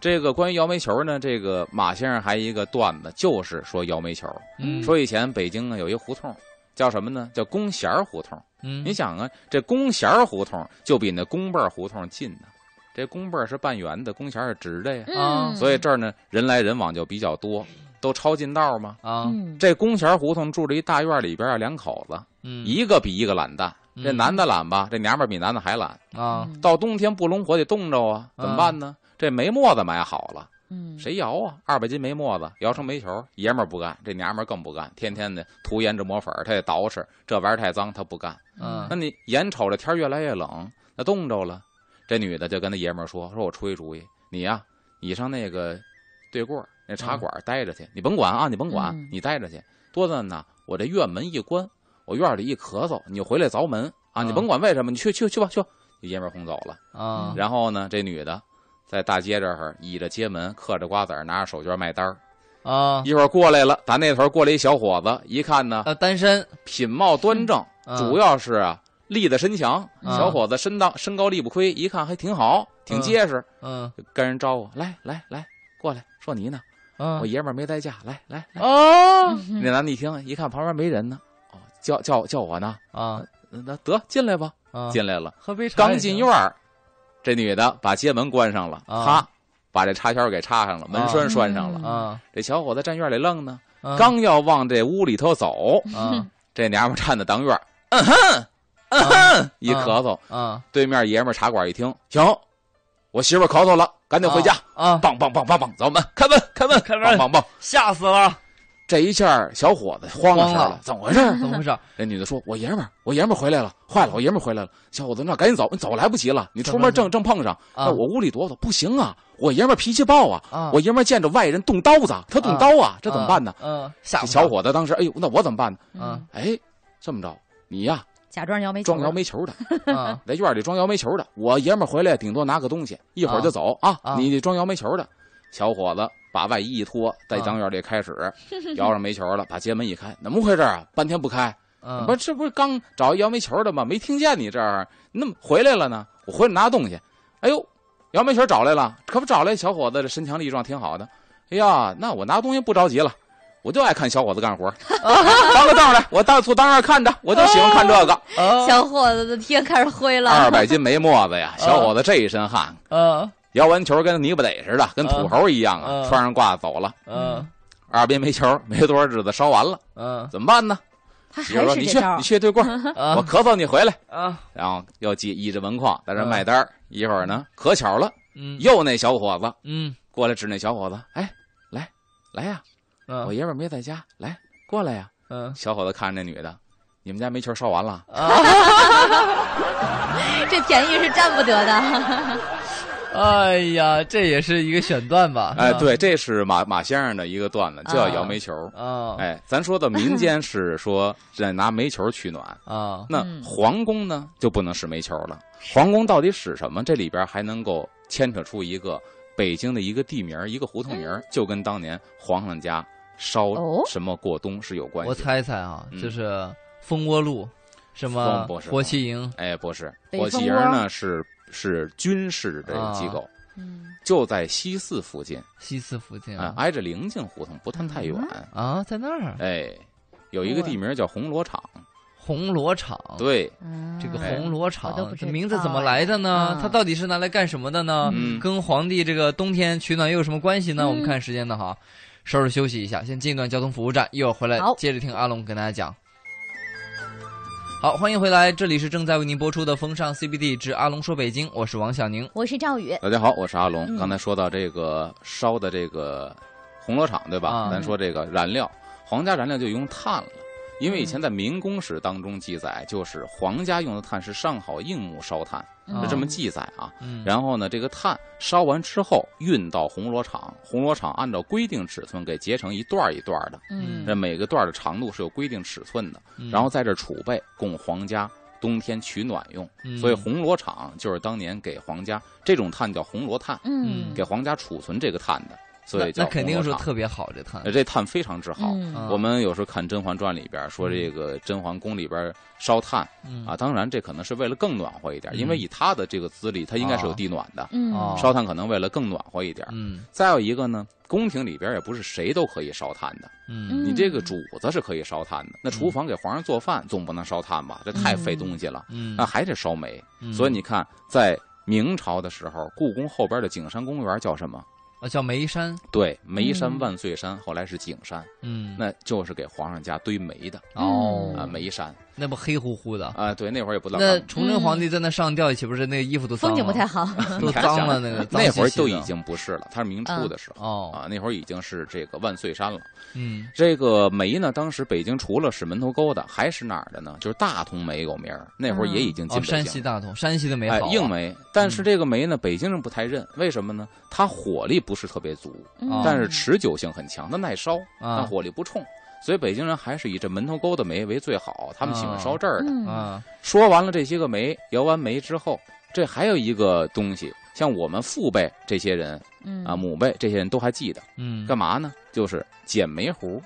[SPEAKER 3] 这个关于摇煤球呢，这个马先生还有一个段子，就是说摇煤球，
[SPEAKER 1] 嗯
[SPEAKER 3] 说以前北京呢有一胡同。叫什么呢？叫弓弦儿胡同。
[SPEAKER 1] 嗯
[SPEAKER 3] 你想啊，这弓弦儿胡同就比那弓背儿胡同近呢、这弓背儿是半圆的，弓弦儿是直的呀。
[SPEAKER 2] 嗯，
[SPEAKER 3] 所以这儿呢，人来人往就比较多，都抄近道嘛。
[SPEAKER 1] 啊
[SPEAKER 2] 嗯
[SPEAKER 3] 这弓弦胡同住着一大院里边啊，两口子，
[SPEAKER 1] 嗯
[SPEAKER 3] 一个比一个懒蛋。这
[SPEAKER 1] 嗯
[SPEAKER 3] 男的懒吧，这娘们儿比男的还懒。
[SPEAKER 1] 啊
[SPEAKER 3] 到冬天不拢火得冻着啊，怎么办呢？这煤沫子买好了，
[SPEAKER 2] 嗯
[SPEAKER 3] 谁摇啊？二百斤煤沫子摇成煤球，爷们儿不干，这娘们儿更不干，天天的涂胭脂抹粉儿，她也捯饬，这玩意儿太脏，她不干。
[SPEAKER 1] 嗯
[SPEAKER 3] 那你眼瞅着天儿越来越冷，那冻着了，这女的就跟那爷们儿说：“说我出一主意，你呀、你上那个对过儿那茶馆待着去，你甭管啊，你甭管
[SPEAKER 2] 嗯，
[SPEAKER 3] 你待着去，多难呐！我这院门一关，我院里一咳嗽，你就回来凿门啊！
[SPEAKER 1] 嗯
[SPEAKER 3] 你甭管为什么，你去去去吧去吧，就爷们儿轰走了。
[SPEAKER 1] 啊
[SPEAKER 2] 嗯
[SPEAKER 3] 然后呢，这女的在大街这儿倚着街门，嗑着瓜子儿，拿着手绢卖单儿。
[SPEAKER 1] 啊，
[SPEAKER 3] 一会儿过来了，打那头过来一小伙子，一看呢，
[SPEAKER 1] 呃，单身，
[SPEAKER 3] 品貌端正，
[SPEAKER 1] 嗯
[SPEAKER 3] 主要是啊立得身强，
[SPEAKER 2] 嗯
[SPEAKER 3] 小伙子身当身高力不亏，一看还挺好，挺
[SPEAKER 1] 嗯
[SPEAKER 3] 结实，
[SPEAKER 1] 嗯
[SPEAKER 3] 就跟人招呼来来来，过来，说你呢，
[SPEAKER 1] 嗯
[SPEAKER 3] 我，爷们儿没在家，来来来。
[SPEAKER 1] 哦
[SPEAKER 2] 嗯
[SPEAKER 3] 那男的一听，一看旁边没人呢，哦，叫叫叫我呢，
[SPEAKER 1] 啊
[SPEAKER 3] 那得进来吧，
[SPEAKER 1] 啊，
[SPEAKER 3] 进来了。
[SPEAKER 1] 喝杯茶也行，
[SPEAKER 3] 嗯刚进院儿，这女的把街门关上了，
[SPEAKER 1] 啊
[SPEAKER 3] 啪，把这插销给插上了，门栓栓上了。
[SPEAKER 2] 嗯
[SPEAKER 1] 啊，
[SPEAKER 3] 这小伙子站院里愣呢，
[SPEAKER 1] 嗯
[SPEAKER 3] 刚要往这屋里头走，
[SPEAKER 1] 啊
[SPEAKER 3] 这娘们儿站在当院儿，
[SPEAKER 1] 啊
[SPEAKER 3] 嗯哼，嗯 哼，一咳嗽，
[SPEAKER 1] 啊，
[SPEAKER 3] 对面爷们儿茶馆一听，行，我媳妇儿咳嗽了，赶紧回家，
[SPEAKER 1] 啊，哎
[SPEAKER 3] 棒棒棒棒棒，走门，开门，开门，
[SPEAKER 1] 开门
[SPEAKER 3] 棒棒棒。
[SPEAKER 1] 吓死 了，
[SPEAKER 3] 这一下，小伙子慌了
[SPEAKER 1] 慌
[SPEAKER 3] 神儿
[SPEAKER 1] 了
[SPEAKER 3] 了，怎么回事儿？
[SPEAKER 1] 怎么回事？
[SPEAKER 3] 那女的说：“我爷们儿，我爷们儿回来了，坏了，我爷们儿回来了。”小伙子，那赶紧走，你走来不及了，你出门正正碰上。
[SPEAKER 1] 啊
[SPEAKER 3] 那我屋里躲躲，不行啊，我爷们儿脾气暴啊，
[SPEAKER 1] 啊，
[SPEAKER 3] 我爷们儿见着外人动刀子，他动刀啊，这怎么办呢？
[SPEAKER 1] 嗯，吓
[SPEAKER 3] 这
[SPEAKER 1] 唬
[SPEAKER 3] 小伙子当时，哎呦，那我怎么办呢？
[SPEAKER 1] 啊
[SPEAKER 2] 嗯，
[SPEAKER 3] 哎，这么着，你呀
[SPEAKER 2] 假装摇没
[SPEAKER 3] 装
[SPEAKER 2] 球
[SPEAKER 3] 摇煤球的，
[SPEAKER 1] 啊
[SPEAKER 3] 在院里装摇煤球的，我爷们儿回来顶多拿个东西，一会儿就走啊
[SPEAKER 1] 啊
[SPEAKER 3] 你装摇煤球的，小伙子把外衣一脱，在当院里开 始摇上煤球了，把街门一开，怎么回事啊？半天不开。
[SPEAKER 1] 嗯，
[SPEAKER 3] 不，这不是刚找一摇煤球的吗？没听见你这儿，你怎么回来了呢？我回来拿东西。哎呦，摇煤球找来了，可不找来小伙子这身强力壮，挺好的。哎呀，那我拿东西不着急了，我就爱看小伙子干活， 当个道儿来，我到处当那儿看着，我就喜欢看这个。
[SPEAKER 1] 啊
[SPEAKER 2] 小伙子的天开始灰了，嗯
[SPEAKER 3] 二百斤没沫子呀，小伙子这一身汗，
[SPEAKER 1] 啊
[SPEAKER 3] 摇完球跟泥巴得似的，跟土猴一样
[SPEAKER 1] 嗯
[SPEAKER 3] 啊，穿上褂子走了。
[SPEAKER 1] 嗯
[SPEAKER 3] 二边煤球没多少日子烧完了，
[SPEAKER 1] 嗯
[SPEAKER 3] 怎么办呢？
[SPEAKER 2] 他
[SPEAKER 3] 媳妇
[SPEAKER 2] 还
[SPEAKER 3] 儿说：“
[SPEAKER 2] 是
[SPEAKER 3] 你
[SPEAKER 2] 这
[SPEAKER 3] 去
[SPEAKER 2] 招，儿
[SPEAKER 3] 你，去对棍儿，
[SPEAKER 1] 啊
[SPEAKER 3] 我咳嗽你回来。”
[SPEAKER 1] 啊
[SPEAKER 3] 然后又记依着门框在
[SPEAKER 2] 嗯
[SPEAKER 3] 这卖单儿、一会儿呢，可巧了，
[SPEAKER 1] 嗯
[SPEAKER 3] 又那小伙子
[SPEAKER 1] 嗯
[SPEAKER 3] 过来指那小伙子，哎，来，来呀、
[SPEAKER 1] 嗯
[SPEAKER 3] 我爷们儿没在家，来过来呀、
[SPEAKER 1] 嗯
[SPEAKER 3] 小伙子看着那女的，你们家煤球烧完了？
[SPEAKER 2] 嗯
[SPEAKER 1] 啊，
[SPEAKER 2] 这便宜是占不得的。
[SPEAKER 1] 哎呀，这也是一个选段吧？
[SPEAKER 3] 哎，对，这是马马先生的一个段子，叫
[SPEAKER 2] 嗯
[SPEAKER 3] 摇煤球。
[SPEAKER 1] 啊
[SPEAKER 3] 哎，咱说的民 间是说这拿煤球取暖，
[SPEAKER 1] 啊
[SPEAKER 3] 那
[SPEAKER 2] 嗯
[SPEAKER 3] 皇宫呢就不能使煤球了。皇宫到底使什么？这里边还能够牵扯出一个北京的一个地名儿、一个胡同名儿，就跟当年皇上家烧
[SPEAKER 2] 嗯哦
[SPEAKER 3] 什么过冬是有关
[SPEAKER 1] 我
[SPEAKER 3] 系。
[SPEAKER 1] 猜猜啊，
[SPEAKER 3] 嗯
[SPEAKER 1] 就是蜂窝路，什么
[SPEAKER 3] 蜂不是
[SPEAKER 1] 火器营
[SPEAKER 3] 哎，不是，
[SPEAKER 2] 北
[SPEAKER 3] 火
[SPEAKER 2] 蜂
[SPEAKER 3] 器营
[SPEAKER 2] 窝
[SPEAKER 3] 呢是是军事这
[SPEAKER 1] 啊
[SPEAKER 3] 个机构，
[SPEAKER 2] 嗯，
[SPEAKER 3] 就在西四附近
[SPEAKER 1] 西四附近
[SPEAKER 3] 啊、挨着临近胡同，不算太
[SPEAKER 2] 嗯
[SPEAKER 3] 远。
[SPEAKER 1] 啊，在那儿
[SPEAKER 3] 哎，有
[SPEAKER 2] 哦
[SPEAKER 3] 一个地名儿叫红罗场，
[SPEAKER 1] 哦红罗场。
[SPEAKER 3] 对，
[SPEAKER 2] 嗯
[SPEAKER 1] 这个
[SPEAKER 3] 哎
[SPEAKER 1] 红罗
[SPEAKER 2] 我都不
[SPEAKER 1] 场，这
[SPEAKER 2] 知
[SPEAKER 1] 名字
[SPEAKER 2] 道
[SPEAKER 1] 怎么
[SPEAKER 2] 哎
[SPEAKER 1] 来的呢？
[SPEAKER 2] 嗯
[SPEAKER 1] 它到底是拿来干什么的呢？
[SPEAKER 3] 嗯
[SPEAKER 1] 跟皇帝这个冬天取暖又有什么关系
[SPEAKER 2] 嗯
[SPEAKER 1] 呢？我们看时间的哈，稍事休息一下，先进一段交通服务站，一会儿回来
[SPEAKER 2] 好
[SPEAKER 1] 接着听阿龙跟大家讲。好，欢迎回来，这里是正在为您播出的《风尚 CBD 之阿龙说北京》，我是王小宁。
[SPEAKER 2] 我是赵宇，
[SPEAKER 3] 大家好，我是阿龙。
[SPEAKER 2] 嗯
[SPEAKER 3] 刚才说到这个烧的这个红罗场，对吧？
[SPEAKER 1] 啊
[SPEAKER 3] 咱说这个燃料，皇家燃料就用炭了，因为以前在民工史当中记载，就是皇家用的炭是上好硬木烧炭，
[SPEAKER 1] 啊
[SPEAKER 3] 是这么记载啊。
[SPEAKER 1] 嗯，
[SPEAKER 3] 然后呢，这个炭烧完之后运到红罗场，红罗场按照规定尺寸给截成一段儿一段儿的，
[SPEAKER 2] 嗯
[SPEAKER 3] 这每个段儿的长度是有规定尺寸的，
[SPEAKER 1] 嗯
[SPEAKER 3] 然后在这儿储备供皇家冬天取暖用。
[SPEAKER 1] 嗯
[SPEAKER 3] 所以红罗场就是当年给皇家这种炭叫红罗炭，
[SPEAKER 2] 嗯
[SPEAKER 3] 给皇家储存这个炭的，所以
[SPEAKER 1] 那
[SPEAKER 3] 叫
[SPEAKER 1] 那肯定
[SPEAKER 3] 红
[SPEAKER 1] 是
[SPEAKER 3] 罗厂
[SPEAKER 1] 特别好这摊
[SPEAKER 3] 呃。这炭非常之好。
[SPEAKER 1] 啊
[SPEAKER 2] 嗯
[SPEAKER 3] 我们有时候看《甄嬛传》里边说这个甄嬛宫里边烧炭
[SPEAKER 1] 嗯
[SPEAKER 3] 啊，当然这可能是为了更暖和一点，
[SPEAKER 1] 嗯啊
[SPEAKER 3] 因为以她的这个资历，她应该是有地暖的，
[SPEAKER 2] 嗯
[SPEAKER 1] 哦
[SPEAKER 3] 烧炭可能为了更暖和一点。
[SPEAKER 1] 嗯
[SPEAKER 3] 再有一个呢，宫廷里边也不是谁都可以烧炭的，
[SPEAKER 1] 嗯
[SPEAKER 3] 你这个主子是可以烧炭的，那厨房给皇上做饭总不能烧炭吧？这太费东西了，
[SPEAKER 1] 嗯
[SPEAKER 3] 那还得烧煤。
[SPEAKER 1] 嗯
[SPEAKER 3] 啊所以你看，在明朝的时候，故宫后边的景山公园叫什么？
[SPEAKER 1] 啊叫梅山，
[SPEAKER 3] 对，眉山
[SPEAKER 2] 嗯
[SPEAKER 3] 万岁山，后来是景山，
[SPEAKER 1] 嗯
[SPEAKER 2] 嗯
[SPEAKER 3] 那就是给皇上家堆煤的
[SPEAKER 1] 哦
[SPEAKER 3] 啊，煤山。
[SPEAKER 1] 那不黑乎乎的。
[SPEAKER 3] 啊、对，那会儿也不浪
[SPEAKER 1] 那
[SPEAKER 3] 漫，
[SPEAKER 1] 崇祯皇帝在那上吊，岂不是那个衣服都脏
[SPEAKER 2] 嗯风
[SPEAKER 1] 了？
[SPEAKER 2] 景不太好。
[SPEAKER 3] 啊
[SPEAKER 1] 都脏了，那个脏
[SPEAKER 3] 那会
[SPEAKER 1] 兮兮的
[SPEAKER 3] 儿就已经不是了，他是明初的时候、
[SPEAKER 1] 哦，
[SPEAKER 3] 啊，那会儿已经是这个万岁山了。
[SPEAKER 1] 嗯
[SPEAKER 3] 这个煤呢，当时北京除了是门头沟的，还是哪儿的呢？就是大同煤有名儿，那会儿也已经进
[SPEAKER 1] 哦，
[SPEAKER 3] 北
[SPEAKER 1] 山西
[SPEAKER 3] 京了。
[SPEAKER 1] 大同，山西的煤
[SPEAKER 3] 哎
[SPEAKER 1] 好啊，
[SPEAKER 3] 硬煤，但是这个煤呢，北京人不太认，为什么呢？它火力不是特别足，
[SPEAKER 2] 嗯
[SPEAKER 1] 哦
[SPEAKER 3] 但是持久性很强，它耐烧，但
[SPEAKER 1] 啊
[SPEAKER 3] 火力不冲，所以北京人还是以这门头沟的煤为最好，他们喜欢
[SPEAKER 1] 哦
[SPEAKER 3] 烧这儿的。
[SPEAKER 2] 嗯
[SPEAKER 1] 啊，
[SPEAKER 3] 说完了这些个煤，摇完煤之后，这还有一个东西，像我们父辈这些人
[SPEAKER 2] 嗯
[SPEAKER 3] 啊，母辈这些人都还记得，
[SPEAKER 1] 嗯，
[SPEAKER 3] 干嘛呢？就是捡煤糊。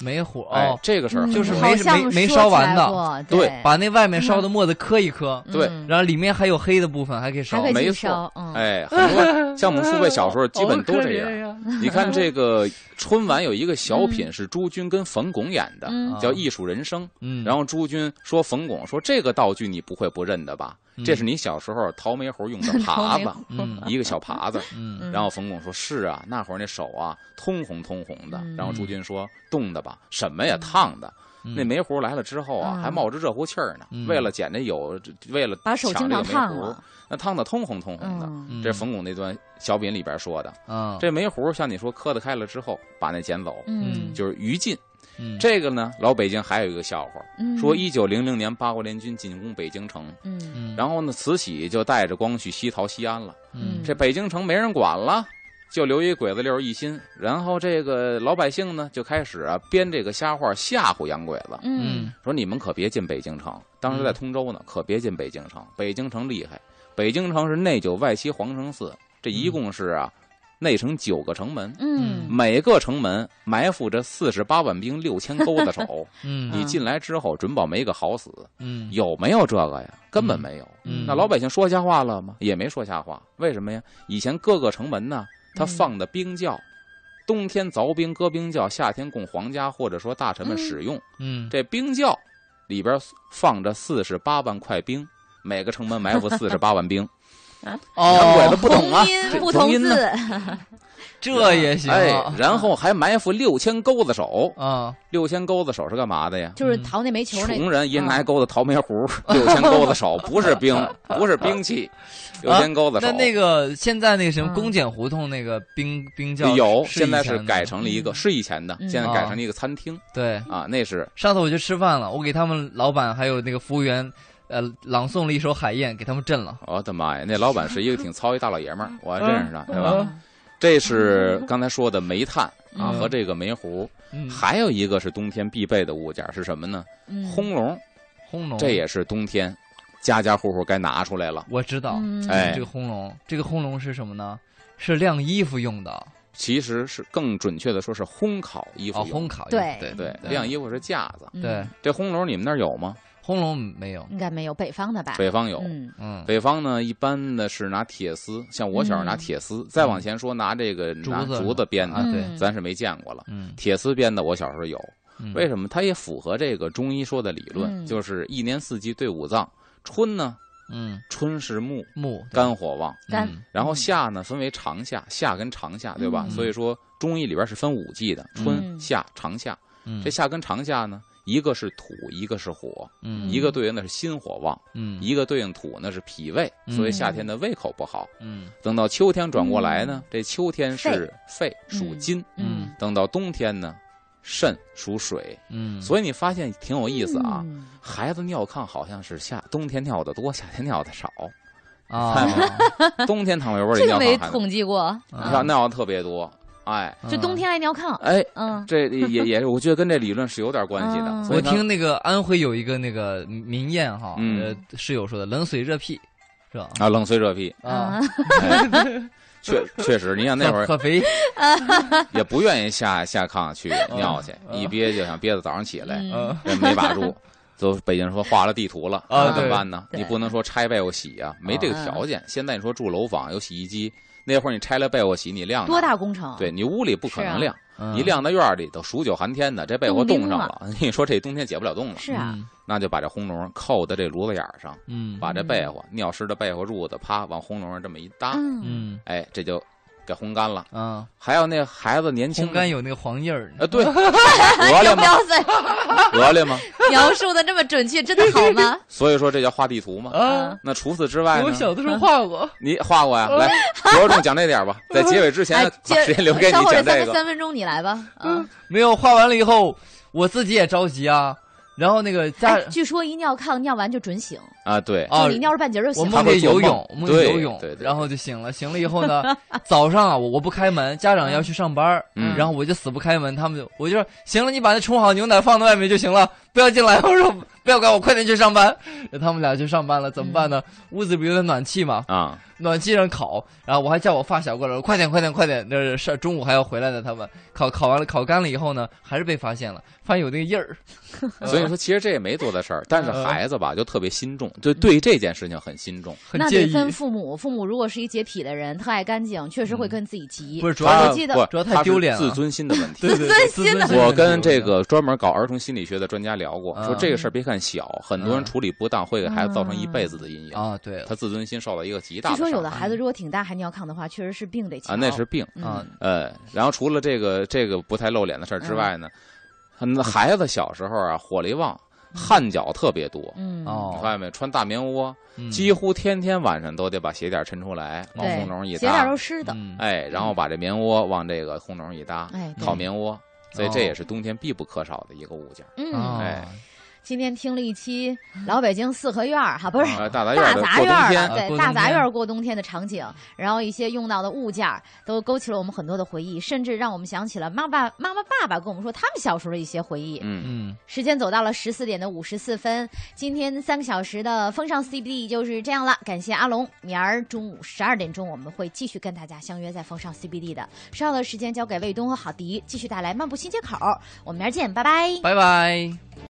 [SPEAKER 1] 煤糊
[SPEAKER 3] 哎
[SPEAKER 1] 哦，，
[SPEAKER 3] 这个事儿
[SPEAKER 2] 嗯
[SPEAKER 3] 很
[SPEAKER 1] 就是
[SPEAKER 3] 重要
[SPEAKER 1] 没
[SPEAKER 2] 好像
[SPEAKER 1] 没没
[SPEAKER 2] 说
[SPEAKER 1] 烧
[SPEAKER 2] 起
[SPEAKER 1] 完
[SPEAKER 2] 来
[SPEAKER 1] 的
[SPEAKER 2] 过
[SPEAKER 3] 对
[SPEAKER 2] 对，
[SPEAKER 1] 把那外面烧的沫子磕一磕，
[SPEAKER 2] 嗯
[SPEAKER 3] 对
[SPEAKER 1] 然后里面还有黑的部分还可以
[SPEAKER 2] 还
[SPEAKER 1] 烧
[SPEAKER 2] 可以。
[SPEAKER 3] 没
[SPEAKER 2] 继续
[SPEAKER 3] 错
[SPEAKER 2] 烧，嗯，
[SPEAKER 3] 哎，很 多像我们父辈小时候基本都这
[SPEAKER 2] 哦
[SPEAKER 3] 样。
[SPEAKER 1] 样。
[SPEAKER 3] 你看这个春晚有一个小品是朱军跟冯巩演的，
[SPEAKER 2] 嗯
[SPEAKER 3] 叫《艺术人生》。
[SPEAKER 1] 嗯，
[SPEAKER 3] 然
[SPEAKER 1] 后
[SPEAKER 3] 后朱军说冯巩说这个道具你不会不认得吧？这是你小时候淘煤猴用的
[SPEAKER 2] 嗯 淘
[SPEAKER 3] 耙
[SPEAKER 2] 煤
[SPEAKER 3] 子
[SPEAKER 2] 猴，
[SPEAKER 1] 嗯
[SPEAKER 3] 一个小耙子。
[SPEAKER 1] 嗯
[SPEAKER 2] 嗯
[SPEAKER 3] 然后冯巩说：“是啊，那会儿那手啊，通红通红的。
[SPEAKER 2] 嗯”
[SPEAKER 3] 然后朱军说：“冻的吧，什么呀，烫的。
[SPEAKER 1] 嗯
[SPEAKER 3] 那煤糊来了之后啊，
[SPEAKER 2] 嗯
[SPEAKER 3] 还冒着热乎气儿呢。
[SPEAKER 1] 嗯
[SPEAKER 3] 为了捡这有，为了
[SPEAKER 2] 把手
[SPEAKER 3] 抢
[SPEAKER 2] 经
[SPEAKER 3] 这个
[SPEAKER 2] 常烫
[SPEAKER 3] 煤糊
[SPEAKER 2] 了，
[SPEAKER 3] 那烫的通红通红的。
[SPEAKER 2] 嗯，哦
[SPEAKER 1] 嗯
[SPEAKER 3] 这是冯巩那段小品里边说的，
[SPEAKER 1] 啊，
[SPEAKER 3] 这煤糊像你说磕得开了之后，把那捡走，
[SPEAKER 2] 嗯，
[SPEAKER 3] 就是余烬。
[SPEAKER 1] 嗯
[SPEAKER 3] 这个呢，老北京还有一个笑话，
[SPEAKER 2] 嗯
[SPEAKER 3] 说一九零零年八国联军进攻北京城，
[SPEAKER 2] 嗯
[SPEAKER 1] 嗯
[SPEAKER 3] 然后呢，慈禧就带着光绪西逃西安了。
[SPEAKER 1] 嗯
[SPEAKER 3] 这北京城没人管了，就留一鬼子六十一心。然后这个老百姓呢，就开始啊编这个瞎话吓唬洋鬼子，
[SPEAKER 2] 嗯
[SPEAKER 3] 说你们可别进北京城。当时在
[SPEAKER 1] 嗯
[SPEAKER 3] 通州呢，可别进北京城，北京城厉害。北京城是内九外七皇城四，这一
[SPEAKER 1] 嗯
[SPEAKER 3] 共是啊，内城九个城门，
[SPEAKER 2] 嗯
[SPEAKER 3] 每个城门埋伏着四十八万兵六千钩 子手，
[SPEAKER 1] 嗯
[SPEAKER 3] 你进来之后准保没个好死。
[SPEAKER 1] 嗯
[SPEAKER 3] 有没有这个呀？根本没有。
[SPEAKER 1] 嗯
[SPEAKER 3] 那老百姓说瞎话了吗？也没说瞎话。为什么呀？以前各个城门呢，它
[SPEAKER 2] 嗯
[SPEAKER 3] 放的冰窖，冬天凿冰搁冰窖，夏天供皇家或者说大臣们使用。
[SPEAKER 1] 嗯
[SPEAKER 3] 这冰窖里边放着四十八万块冰，每个城门埋伏四十八万兵。洋鬼子
[SPEAKER 1] 哦，
[SPEAKER 3] 不懂啊
[SPEAKER 2] 同，音
[SPEAKER 3] 这
[SPEAKER 2] 不同
[SPEAKER 3] 音呢嗯
[SPEAKER 2] 字，
[SPEAKER 1] 这也 行
[SPEAKER 3] 哎，然后还埋伏六千钩子手，
[SPEAKER 1] 啊，
[SPEAKER 3] 六千钩子手是干嘛的呀？
[SPEAKER 2] 就是淘那煤球那
[SPEAKER 3] 穷人
[SPEAKER 1] 啊
[SPEAKER 3] 一人拿一钩子淘煤糊，六千钩子手不是兵，不是 兵器，六千钩子手。
[SPEAKER 1] 啊那那个现在那个什么
[SPEAKER 2] 嗯
[SPEAKER 1] 公检胡同那个冰冰窖
[SPEAKER 3] 有，
[SPEAKER 1] 是
[SPEAKER 3] 现在
[SPEAKER 1] 以前
[SPEAKER 3] 是
[SPEAKER 1] 的哦
[SPEAKER 3] 改成了一个，
[SPEAKER 2] 嗯
[SPEAKER 3] 是以前的，
[SPEAKER 2] 嗯
[SPEAKER 3] 现在改成了一个餐厅
[SPEAKER 1] 对。
[SPEAKER 3] 啊，那是
[SPEAKER 1] 上次我去吃饭了，我给他们老板还有那个服务员，呃，朗诵了一首《海燕》，给他们震了。
[SPEAKER 3] 我的妈呀，那老板是一个挺糙一大老爷们儿，我还认识他，对吧？
[SPEAKER 1] 嗯
[SPEAKER 3] 这是刚才说的煤炭
[SPEAKER 2] 嗯
[SPEAKER 3] 啊和这个煤糊，
[SPEAKER 1] 嗯，
[SPEAKER 3] 还有一个是冬天必备的物件是什么呢？
[SPEAKER 2] 嗯
[SPEAKER 3] 烘笼，
[SPEAKER 1] 轰龙，
[SPEAKER 3] 这也是冬天家家户户该拿出来了。
[SPEAKER 1] 我知道。
[SPEAKER 2] 嗯
[SPEAKER 3] 哎
[SPEAKER 1] 这个轰笼，这个轰笼是什么呢？是晾衣服用的，
[SPEAKER 3] 其实是更准确的说是烘烤衣服
[SPEAKER 1] 哦，
[SPEAKER 3] 用
[SPEAKER 1] 烘。烤衣服。嗯
[SPEAKER 2] 对
[SPEAKER 1] 对
[SPEAKER 3] 对，晾衣服是架子，
[SPEAKER 2] 嗯
[SPEAKER 1] 对，
[SPEAKER 3] 这烘笼你们那儿有吗？
[SPEAKER 1] 轰笼没有。
[SPEAKER 2] 应该没有北方的吧？
[SPEAKER 3] 北方有，
[SPEAKER 2] 嗯
[SPEAKER 1] 嗯，
[SPEAKER 3] 北方呢，一般呢是拿铁丝，像我小时候拿
[SPEAKER 2] 嗯
[SPEAKER 3] 铁丝，再往前说拿这个拿
[SPEAKER 1] 竹子
[SPEAKER 3] 竹子编的，
[SPEAKER 1] 啊，对，
[SPEAKER 2] 嗯
[SPEAKER 3] 咱是没见过了。
[SPEAKER 1] 嗯，
[SPEAKER 3] 铁丝编的我小时候有，
[SPEAKER 1] 嗯
[SPEAKER 3] 为什么？它也符合这个中医说的理论，
[SPEAKER 2] 嗯
[SPEAKER 3] 就是一年四季对五脏，春呢，
[SPEAKER 1] 嗯，
[SPEAKER 3] 春是木，
[SPEAKER 1] 木
[SPEAKER 3] 肝火旺，
[SPEAKER 2] 干
[SPEAKER 1] 嗯
[SPEAKER 3] 然后夏呢分为长夏、夏跟长夏，对吧？
[SPEAKER 2] 嗯
[SPEAKER 3] 所以说中医里边是分五季的，春、
[SPEAKER 2] 嗯
[SPEAKER 3] 夏、长夏。
[SPEAKER 1] 嗯，
[SPEAKER 3] 这夏跟长夏呢，一个是土，一个是火，
[SPEAKER 1] 嗯
[SPEAKER 3] 一个对应的是心火旺，
[SPEAKER 1] 嗯
[SPEAKER 3] 一个对应土呢是脾胃，
[SPEAKER 1] 嗯
[SPEAKER 3] 所以夏天的胃口不好。
[SPEAKER 1] 嗯
[SPEAKER 3] 等到秋天转过来呢，这秋天是肺
[SPEAKER 2] 嗯
[SPEAKER 3] 属金；
[SPEAKER 1] 嗯
[SPEAKER 3] 等到冬天呢，肾属水。
[SPEAKER 1] 嗯，
[SPEAKER 3] 所以你发现挺有意思啊。
[SPEAKER 2] 嗯
[SPEAKER 3] 孩子尿炕好像是夏冬天尿的多，夏天尿 的少。
[SPEAKER 1] 以啊，
[SPEAKER 3] 冬天躺被窝里
[SPEAKER 2] 这个
[SPEAKER 3] 尿
[SPEAKER 2] 没
[SPEAKER 3] 炕还
[SPEAKER 2] 统计过，
[SPEAKER 3] 你
[SPEAKER 1] 啊
[SPEAKER 3] 看尿的特别多，哎
[SPEAKER 1] 嗯
[SPEAKER 2] 就冬。天爱尿炕，
[SPEAKER 3] 哎，
[SPEAKER 2] 嗯
[SPEAKER 3] 这也也，我觉得跟这理论是有点关系的。
[SPEAKER 2] 嗯
[SPEAKER 3] 所以
[SPEAKER 1] 我
[SPEAKER 3] 呢
[SPEAKER 1] 听那个安徽有一个那个民谚哈，
[SPEAKER 3] 嗯
[SPEAKER 1] 呃室友说的“冷水热屁”，是吧？
[SPEAKER 3] 啊，冷随 热屁，
[SPEAKER 1] 啊，
[SPEAKER 2] 嗯
[SPEAKER 3] 哎确确实，你像那会儿
[SPEAKER 1] 可肥，
[SPEAKER 3] 也不愿意下下炕去尿去，
[SPEAKER 1] 嗯
[SPEAKER 3] 一憋就想憋到早上起来。
[SPEAKER 2] 嗯
[SPEAKER 1] 嗯
[SPEAKER 3] 人没把住，就北京人说画了地图了，
[SPEAKER 1] 啊
[SPEAKER 3] 那怎么
[SPEAKER 1] 对
[SPEAKER 3] 办呢？
[SPEAKER 2] 对哦
[SPEAKER 3] 你不能说拆被窝洗啊，没这个条件。现在你说住楼房有洗衣机，那会儿你拆了被窝洗，你晾哪
[SPEAKER 2] 多？大啊工程？
[SPEAKER 3] 嗯对你屋里不可能晾，
[SPEAKER 1] 嗯
[SPEAKER 3] 你晾在院里头，数九寒天的，这被窝冻上了， 你说这冬天解不了冻了，
[SPEAKER 2] 是啊，，
[SPEAKER 3] 那就把这烘笼扣在这炉子眼儿上，
[SPEAKER 1] 嗯
[SPEAKER 3] 啊把这被窝尿湿的被窝褥子啪往烘笼上这么一搭，
[SPEAKER 2] 嗯
[SPEAKER 1] 嗯
[SPEAKER 3] 哎，这就给烘干了。
[SPEAKER 1] 啊，
[SPEAKER 3] 还有那孩子年轻
[SPEAKER 1] 烘
[SPEAKER 3] 的
[SPEAKER 1] 干有那个黄印儿，
[SPEAKER 3] 啊， 对，鹅了
[SPEAKER 2] 要不
[SPEAKER 3] 吗？
[SPEAKER 2] 要再
[SPEAKER 3] 鹅了吗？
[SPEAKER 2] 描述的这么准确，真的好吗？
[SPEAKER 3] 所以说这叫画地图嘛。
[SPEAKER 1] 啊
[SPEAKER 2] 嗯，
[SPEAKER 3] 那除此之外
[SPEAKER 1] 我
[SPEAKER 3] 呃呢？
[SPEAKER 1] 小的时候画过，
[SPEAKER 3] 你画过呀？来，着重讲这点吧，在结尾之前
[SPEAKER 2] 哎，
[SPEAKER 3] 啊把时间留给你
[SPEAKER 2] 稍后
[SPEAKER 3] 讲
[SPEAKER 2] 的三分
[SPEAKER 3] 这个。嗯
[SPEAKER 2] 三分钟你来吧。啊，
[SPEAKER 1] 没有画完了以后，我自己也着急啊，然后那个家
[SPEAKER 2] 哎，据说一尿炕尿完就准醒，
[SPEAKER 3] 啊，对，
[SPEAKER 1] 啊
[SPEAKER 2] 就你，尿了半截儿就
[SPEAKER 1] 我
[SPEAKER 2] 醒了。
[SPEAKER 1] 梦见游泳，
[SPEAKER 3] 他会做梦
[SPEAKER 1] 梦见游
[SPEAKER 3] 对对
[SPEAKER 1] 泳，
[SPEAKER 3] 对
[SPEAKER 1] 然后就醒了，醒了以后呢， 早上啊，我我不开门，家长要去上班儿，
[SPEAKER 3] 嗯
[SPEAKER 1] 然后我就死不开门，他们就我就说行了，你把那冲好牛奶放到外面就行了，不要进来，我说不要管我，快点去上班。他们俩去上班了，怎么办呢？屋子不有点暖气嘛，
[SPEAKER 3] 啊，
[SPEAKER 1] 暖气上烤，然后我还叫我发小过来，我说快点快点快点，那是中午还要回来的。他们烤烤完了，烤干了以后呢，还是被发现了，发现有那个印儿。
[SPEAKER 2] 嗯
[SPEAKER 3] 所以说其实这也没多大事儿，但是孩子吧就特别心重，就对这件事情很心重。
[SPEAKER 1] 很
[SPEAKER 2] 那
[SPEAKER 1] 介
[SPEAKER 2] 得
[SPEAKER 1] 意，
[SPEAKER 2] 分父母，父母如果是一洁癖的人，特爱干净，确实
[SPEAKER 3] 嗯
[SPEAKER 2] 会跟自己急。
[SPEAKER 1] 不是主
[SPEAKER 3] 他
[SPEAKER 1] 要
[SPEAKER 2] 我
[SPEAKER 1] 是
[SPEAKER 2] 记得
[SPEAKER 3] 不，
[SPEAKER 1] 主要太
[SPEAKER 3] 他是
[SPEAKER 1] 丢脸了
[SPEAKER 3] 自尊心的问题。
[SPEAKER 1] 对对
[SPEAKER 2] 自
[SPEAKER 1] 对
[SPEAKER 2] 尊心的
[SPEAKER 1] 自
[SPEAKER 3] 我跟
[SPEAKER 1] 心
[SPEAKER 3] 这
[SPEAKER 1] 的问题
[SPEAKER 3] 个专门搞儿童心理学的专家聊过，
[SPEAKER 1] 嗯
[SPEAKER 3] 说这个事儿别看小，很多人
[SPEAKER 1] 嗯
[SPEAKER 3] 处理不当会给孩子造成一辈子的阴影，
[SPEAKER 1] 啊，对
[SPEAKER 3] 他自尊心受到一个极大
[SPEAKER 2] 据
[SPEAKER 3] 的伤
[SPEAKER 2] 说
[SPEAKER 3] 害。
[SPEAKER 2] 有的孩子如果挺大还尿炕的话，确实是病得
[SPEAKER 3] 啊，
[SPEAKER 2] 强。
[SPEAKER 3] 那是病。
[SPEAKER 2] 嗯
[SPEAKER 1] 啊，
[SPEAKER 3] 呃，然后除了这个这个不太露脸的事儿之外呢，
[SPEAKER 2] 嗯
[SPEAKER 3] 那孩子小时候啊火力旺，汗脚特别多。
[SPEAKER 2] 嗯
[SPEAKER 1] 哦
[SPEAKER 3] 你发现没？穿大棉窝，
[SPEAKER 1] 嗯
[SPEAKER 3] 几乎天天晚上都得把鞋垫抻出来，往
[SPEAKER 2] 对
[SPEAKER 3] 空中一
[SPEAKER 2] 哦鞋垫儿
[SPEAKER 3] 搭
[SPEAKER 2] 都，湿的。
[SPEAKER 1] 嗯
[SPEAKER 3] 哎，然后把这棉窝往这个空中一搭，
[SPEAKER 2] 哎，对
[SPEAKER 3] 烤棉窝。所以这
[SPEAKER 1] 哦
[SPEAKER 3] 也是冬天必不可少的一个物件。
[SPEAKER 1] 哦
[SPEAKER 2] 嗯，
[SPEAKER 3] 哎
[SPEAKER 2] 今天听了一期老北京四合院儿哈，不是
[SPEAKER 3] 啊，大杂院
[SPEAKER 2] 大
[SPEAKER 3] 儿的
[SPEAKER 2] 杂
[SPEAKER 3] 过
[SPEAKER 2] 院
[SPEAKER 3] 冬
[SPEAKER 2] 儿
[SPEAKER 3] 天
[SPEAKER 2] 了，
[SPEAKER 1] 啊
[SPEAKER 2] 对，
[SPEAKER 1] 过
[SPEAKER 2] 大
[SPEAKER 1] 冬
[SPEAKER 2] 杂
[SPEAKER 1] 天
[SPEAKER 2] 院儿过冬天的场景，然后一些用到的物件儿，都勾起了我们很多的回忆，甚至让我们想起了妈爸、妈妈、爸爸跟我们说他们小时候的一些回忆。
[SPEAKER 3] 嗯，
[SPEAKER 1] 嗯，
[SPEAKER 2] 时间走到了十四点的五十四分，今天三个小时的风尚 CBD 就是这样了。感谢阿龙，明儿中午十二点钟我们会继续跟大家相约在风尚 CBD 的。稍后的时间交给卫东和郝迪，继续带来漫步新街口。我们明儿见，拜拜
[SPEAKER 1] 拜拜。